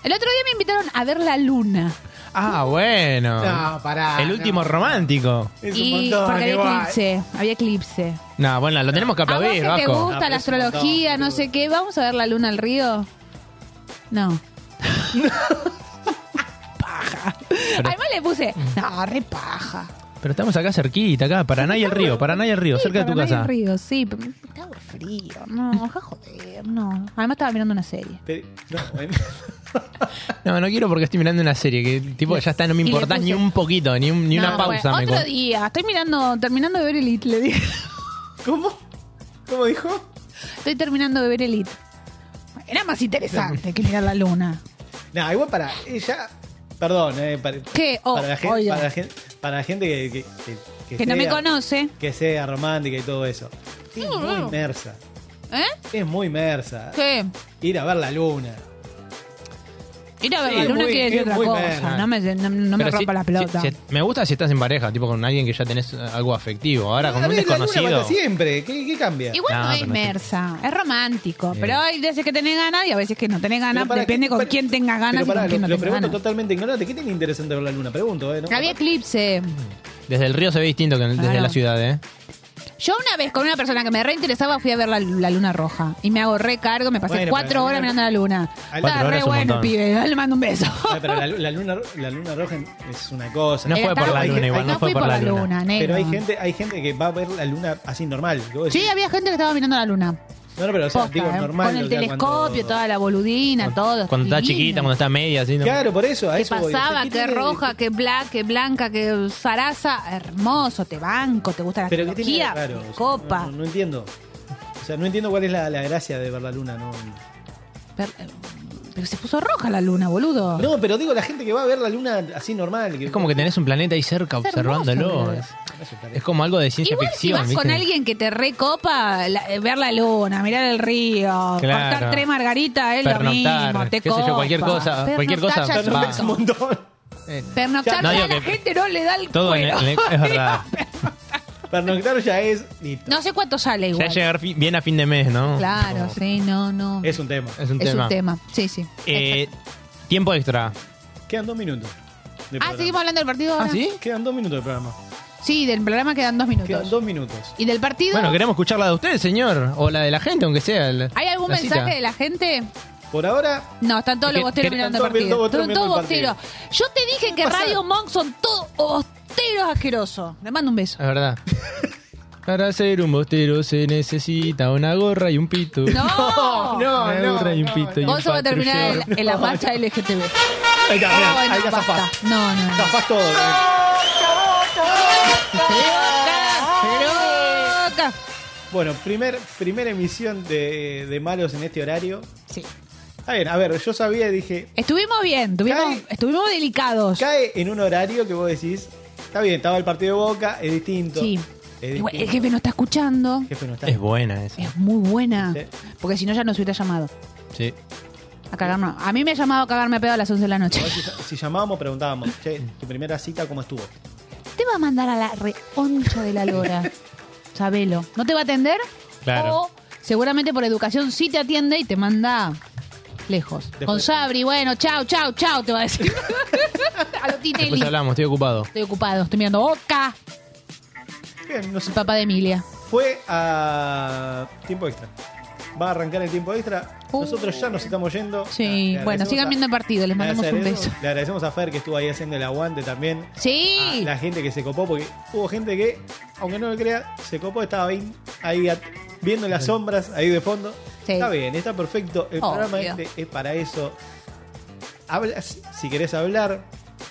Speaker 5: el otro día me invitaron a ver la luna.
Speaker 6: Ah, bueno.
Speaker 4: No, pará,
Speaker 6: El último
Speaker 4: no.
Speaker 6: romántico.
Speaker 4: Es un
Speaker 5: y
Speaker 4: montón,
Speaker 5: porque había
Speaker 4: igual.
Speaker 5: eclipse, había eclipse.
Speaker 6: No, bueno, lo tenemos que
Speaker 5: ¿A Ah, vos que
Speaker 6: aplaudir,
Speaker 5: te
Speaker 6: Ah, Vasco.
Speaker 5: gusta
Speaker 4: Ah, pero
Speaker 5: la
Speaker 4: es un montón,
Speaker 5: astrología, no sé qué? ¿Vamos a ver la luna al río? No. paja. Además le puse, no, re paja.
Speaker 6: Pero estamos acá cerquita, acá, Paraná y el río, Paraná y el río,
Speaker 5: Sí,
Speaker 6: cerca de tu
Speaker 5: Paraná y
Speaker 6: casa.
Speaker 5: el Río, sí, pero está frío. No, ja, joder, no. Además estaba mirando una serie.
Speaker 4: Pero- no, bueno.
Speaker 6: No, no quiero porque estoy mirando una serie que tipo ya está, no me
Speaker 5: Y le
Speaker 6: importás ni
Speaker 5: puse-
Speaker 6: un poquito, ni, un- ni una
Speaker 5: No,
Speaker 6: pausa.
Speaker 5: bueno,
Speaker 6: me
Speaker 5: Otro
Speaker 6: co-
Speaker 5: día, estoy mirando, terminando de ver Elite, le dije.
Speaker 4: ¿Cómo? ¿Cómo dijo?
Speaker 5: Estoy terminando de ver Elite. Era más interesante que mirar la luna.
Speaker 4: No, igual para. eh, ya- perdón, eh, para,
Speaker 5: ¿Qué? Oh,
Speaker 4: para la gente,
Speaker 5: oiga.
Speaker 4: para la gen- para la gente que, que- que-
Speaker 5: Que no me conoce.
Speaker 4: Que sea romántica y todo eso. Es
Speaker 5: No,
Speaker 4: muy
Speaker 5: no.
Speaker 4: inmersa.
Speaker 5: ¿Eh?
Speaker 4: Es muy inmersa.
Speaker 5: ¿Qué?
Speaker 4: Ir a ver la luna.
Speaker 5: Ir a ver
Speaker 4: Sí,
Speaker 5: la luna
Speaker 4: muy-
Speaker 5: quiere decir
Speaker 4: es
Speaker 5: otra
Speaker 4: muy
Speaker 5: cosa.
Speaker 4: buena.
Speaker 5: No me, no, no me
Speaker 6: Pero
Speaker 5: rompa
Speaker 6: si-
Speaker 5: la
Speaker 6: si-
Speaker 5: pelota.
Speaker 6: si- me gusta si estás en pareja, tipo con alguien que ya tenés eh, algo afectivo. Ahora, con
Speaker 4: A
Speaker 6: un
Speaker 4: ver, la luna va a
Speaker 6: desconocido.
Speaker 4: estar siempre. ¿Qué, qué cambia?
Speaker 5: Igual
Speaker 6: No,
Speaker 5: no, es
Speaker 6: pero no te-
Speaker 5: inmersa, es romántico.
Speaker 6: Bien.
Speaker 5: Pero hay veces que tenés ganas y a veces que no tenés
Speaker 4: Pero
Speaker 5: ganas.
Speaker 4: pará,
Speaker 5: Depende
Speaker 4: ¿qué-
Speaker 5: con
Speaker 4: pará,
Speaker 5: quién tengas
Speaker 4: pero
Speaker 5: ganas y
Speaker 4: pará,
Speaker 5: con quién
Speaker 4: lo,
Speaker 5: no
Speaker 4: lo
Speaker 5: tengas
Speaker 4: pregunto
Speaker 5: ganas.
Speaker 4: totalmente ignorante. ¿Qué tiene interesante ver la luna? Pregunto, ¿eh? ¿no?
Speaker 5: Había eclipse.
Speaker 6: Desde el río se ve distinto que en- desde
Speaker 5: Claro.
Speaker 6: la ciudad, ¿eh?
Speaker 5: Yo una vez con una persona que me reinteresaba fui a ver la, la luna roja. Y me hago recargo, me pasé
Speaker 4: Bueno, pero
Speaker 5: cuatro
Speaker 4: la
Speaker 5: horas
Speaker 4: luna-
Speaker 5: mirando la luna.
Speaker 4: Cuatro
Speaker 5: Está
Speaker 6: horas
Speaker 5: re
Speaker 6: es un
Speaker 5: bueno,
Speaker 6: montón.
Speaker 5: pibe. Dale, Le mando un beso.
Speaker 4: Ah, pero la, lu- la luna, ro- la luna roja es una cosa.
Speaker 6: No
Speaker 5: Era-
Speaker 6: fue por
Speaker 5: estaba-
Speaker 6: la luna igual,
Speaker 5: no, fui por, la luna, negro.
Speaker 4: Pero hay gente, hay gente que va a ver la luna así normal. que vos
Speaker 5: Sí,
Speaker 4: decís,
Speaker 5: había gente que estaba mirando la luna.
Speaker 4: No, no, pero o sea,
Speaker 5: Posta,
Speaker 4: digo,
Speaker 5: ¿eh?
Speaker 4: normal.
Speaker 5: con el
Speaker 4: o sea,
Speaker 5: telescopio,
Speaker 4: cuando-
Speaker 5: toda la boludina, todo.
Speaker 6: Cuando está
Speaker 5: divino.
Speaker 6: chiquita, cuando está media, así. ¿no?
Speaker 4: Claro, por eso, a
Speaker 5: que
Speaker 4: eso voy.
Speaker 5: pasaba,
Speaker 4: ¿Qué
Speaker 5: que
Speaker 4: tiene-
Speaker 5: roja, que blanca, que blanca, que zaraza, hermoso, te banco, te gusta la
Speaker 4: Pero ¿qué tiene de
Speaker 5: tecnología,
Speaker 4: raro?
Speaker 5: me
Speaker 4: O sea,
Speaker 5: copa.
Speaker 4: No, no- no entiendo. O sea, no entiendo cuál es la, la gracia de ver la luna. No,
Speaker 5: Pero, eh, pero se puso roja la luna, boludo.
Speaker 4: no, pero digo, la gente que va a ver la luna así normal. Que,
Speaker 6: Es como que tenés un planeta ahí cerca
Speaker 5: Es
Speaker 6: observándolo.
Speaker 5: hermoso,
Speaker 6: Es,
Speaker 4: Eso está bien.
Speaker 6: es como algo de ciencia
Speaker 5: Igual si
Speaker 6: ficción.
Speaker 5: vas con
Speaker 6: ¿viste?
Speaker 5: alguien que te recopa, la- eh, ver la luna, mirar el río,
Speaker 6: Claro.
Speaker 5: cortar tres margaritas, es
Speaker 6: Pernoctar,
Speaker 5: lo mismo, te
Speaker 6: qué sé yo,
Speaker 5: copa.
Speaker 6: cualquier cosa, cualquier
Speaker 5: Pernoctar ya
Speaker 6: cosa,
Speaker 4: Pero
Speaker 5: es un
Speaker 4: no,
Speaker 6: va.
Speaker 4: es
Speaker 5: beso.
Speaker 4: un montón.
Speaker 6: Eh,
Speaker 5: Pernoctar
Speaker 6: No,
Speaker 5: ya
Speaker 6: digo
Speaker 5: a la
Speaker 6: que-
Speaker 5: gente no le da el
Speaker 6: todo en-
Speaker 5: cuero.
Speaker 6: en- es verdad.
Speaker 4: Pernoctar ya es listo.
Speaker 5: No sé cuánto sale
Speaker 6: Ya
Speaker 5: igual.
Speaker 6: llegar fi- bien a fin de mes, ¿no?
Speaker 5: Claro,
Speaker 6: Como-
Speaker 5: sí, no, no.
Speaker 4: Es un tema.
Speaker 6: Es un
Speaker 5: Es
Speaker 6: tema.
Speaker 5: un tema, sí, Este. Ah, sí.
Speaker 6: Eh, tiempo extra.
Speaker 4: Quedan dos minutos. de
Speaker 5: Ah,
Speaker 4: programa.
Speaker 5: seguimos hablando del partido ahora.
Speaker 4: Quedan dos minutos de programa.
Speaker 5: Sí, del programa quedan dos minutos.
Speaker 4: Quedan dos minutos.
Speaker 5: ¿Y del partido?
Speaker 6: Bueno, queremos escuchar la de usted, señor. O la de la gente, aunque sea. la-
Speaker 5: ¿Hay algún
Speaker 6: la
Speaker 5: mensaje
Speaker 6: cita.
Speaker 5: de la gente?
Speaker 4: Por ahora,
Speaker 5: No, están todos los
Speaker 6: Que-
Speaker 5: bosteros
Speaker 6: que-
Speaker 5: mirando el
Speaker 4: están todos viendo
Speaker 5: partido.
Speaker 4: bosteros
Speaker 5: Están
Speaker 4: mirando
Speaker 5: todos
Speaker 4: el partido.
Speaker 5: bosteros. Yo te dije que
Speaker 4: pasa?
Speaker 5: Radio Monk son todos bosteros asquerosos. Le mando un beso.
Speaker 6: Es verdad. Para ser un bostero se necesita una gorra y un pito.
Speaker 5: ¡No!
Speaker 4: No,
Speaker 6: una
Speaker 4: no,
Speaker 6: gorra y un
Speaker 4: no,
Speaker 6: pito. y un
Speaker 5: Vos va a terminar
Speaker 6: patrullero.
Speaker 5: en, en la marcha LGTB.
Speaker 4: ahí está, mirá,
Speaker 5: Ah, bueno,
Speaker 4: ahí ya
Speaker 5: basta.
Speaker 4: zafás.
Speaker 5: No, no, no.
Speaker 4: Zafás todo. eh.
Speaker 5: ¡Loca! ¡Loca!
Speaker 4: Bueno, primer, primera emisión de, de Malos en este horario.
Speaker 5: Sí.
Speaker 4: Está bien, a ver, yo sabía y dije,
Speaker 5: Estuvimos bien, tuvimos,
Speaker 4: Cae-
Speaker 5: estuvimos delicados.
Speaker 4: cae en un horario que vos decís, está bien, estaba el partido de Boca, es distinto.
Speaker 5: Sí.
Speaker 4: Es
Speaker 5: Igual, el
Speaker 4: distinto.
Speaker 5: jefe no está escuchando.
Speaker 4: Jefe no está.
Speaker 6: Es buena esa.
Speaker 5: Es muy buena.
Speaker 4: Sí.
Speaker 5: Porque si no, ya nos hubiera llamado.
Speaker 6: Sí.
Speaker 5: A cagarnos. A mí me ha llamado a cagarme a pedo a las 11 de la noche.
Speaker 4: Igual Si, si llamábamos, preguntábamos, che,
Speaker 5: Mm.
Speaker 4: tu primera cita, ¿cómo estuvo?
Speaker 5: Te va a mandar a la reoncha de la lora. Sabelo. ¿No te va a atender?
Speaker 6: Claro.
Speaker 5: O seguramente por educación sí te atiende y te manda lejos. Con Sabri, bueno, chau, chau, chau, te va a decir. a lo
Speaker 6: Después
Speaker 5: Tinelli.
Speaker 6: hablamos, estoy ocupado.
Speaker 5: Estoy ocupado, estoy mirando Boca.
Speaker 4: Bien, no sé.
Speaker 5: El papá de Emilia.
Speaker 4: Fue a tiempo extra. Va a arrancar el tiempo extra.
Speaker 5: Uh.
Speaker 4: Nosotros ya nos estamos yendo.
Speaker 5: Sí,
Speaker 4: Le
Speaker 5: bueno,
Speaker 4: agradecemos
Speaker 5: sigan
Speaker 4: a-
Speaker 5: viendo el partido, les
Speaker 4: le
Speaker 5: mandamos un
Speaker 4: agradecemos-
Speaker 5: beso.
Speaker 4: Le agradecemos a Fer que estuvo ahí haciendo el aguante también. a
Speaker 5: Sí.
Speaker 4: la gente que se copó, porque hubo gente que, aunque no lo crea, se copó, estaba ahí, ahí at- viendo las sombras ahí de fondo.
Speaker 5: Sí.
Speaker 4: Está bien, está perfecto. El
Speaker 5: Obvio.
Speaker 4: programa este es para eso. Hablas si querés hablar.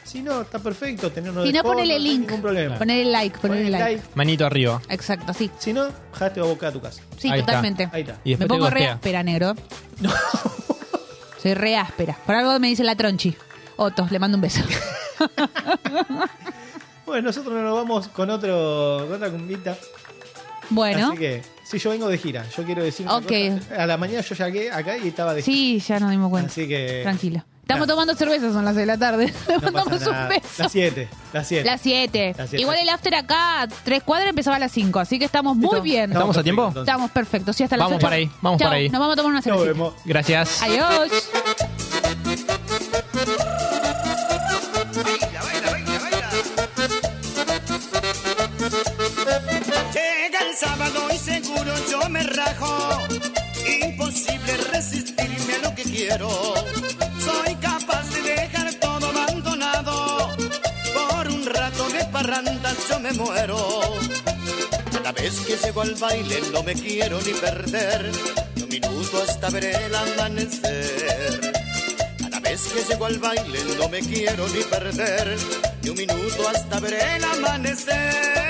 Speaker 4: Si no, está perfecto. Tenernos
Speaker 5: Si
Speaker 4: de
Speaker 5: no,
Speaker 4: fondo,
Speaker 5: ponele
Speaker 4: hay
Speaker 5: link.
Speaker 4: ningún problema.
Speaker 5: Poner el like, poner
Speaker 4: Ponele
Speaker 5: el like.
Speaker 6: Manito arriba.
Speaker 5: Exacto, sí.
Speaker 4: Si no, jate a boca a tu casa.
Speaker 5: Sí,
Speaker 6: Ahí está.
Speaker 5: totalmente.
Speaker 4: Ahí está.
Speaker 6: Y
Speaker 5: Me
Speaker 6: después te
Speaker 5: pongo re
Speaker 6: gostea.
Speaker 5: áspera, negro. Soy re áspera. Por algo me dice la tronchi. Otos, le mando un beso.
Speaker 4: Bueno, nosotros nos vamos con otro con otra cumbita.
Speaker 5: Bueno.
Speaker 4: Así que, si yo vengo de gira, yo quiero decir.
Speaker 5: Ok.
Speaker 4: A la mañana yo llegué acá y estaba de gira.
Speaker 5: Sí, ya nos dimos cuenta.
Speaker 4: Así que.
Speaker 5: Tranquilo. Estamos
Speaker 4: Claro.
Speaker 5: tomando cervezas, son las 6 de la tarde. Le
Speaker 4: No pasa
Speaker 5: mandamos un
Speaker 4: nada.
Speaker 5: beso.
Speaker 4: Las 7. Las 7.
Speaker 5: Las 7.
Speaker 4: Las siete.
Speaker 5: Igual el after acá, a tres cuadras, empezaba a las 5. Así que estamos muy bien.
Speaker 6: No. ¿Estamos a tiempo?
Speaker 5: Estamos perfectos. Sí, hasta las
Speaker 6: Vamos
Speaker 5: ocho.
Speaker 6: para ahí, vamos
Speaker 5: Chau,
Speaker 6: para ahí.
Speaker 5: Nos vamos a tomar una
Speaker 4: Nos
Speaker 5: cervecita.
Speaker 4: vemos.
Speaker 6: Gracias.
Speaker 5: Adiós.
Speaker 9: Llega el sábado y seguro yo me rajo. Imposible resistirme a lo que quiero. Soy capaz de dejar todo abandonado por un rato de parrandas
Speaker 2: yo me muero. Cada vez que llego al baile no me quiero ni perder, un minuto hasta ver el amanecer. Cada vez que llego al baile no me quiero ni perder, ni un minuto hasta ver el amanecer.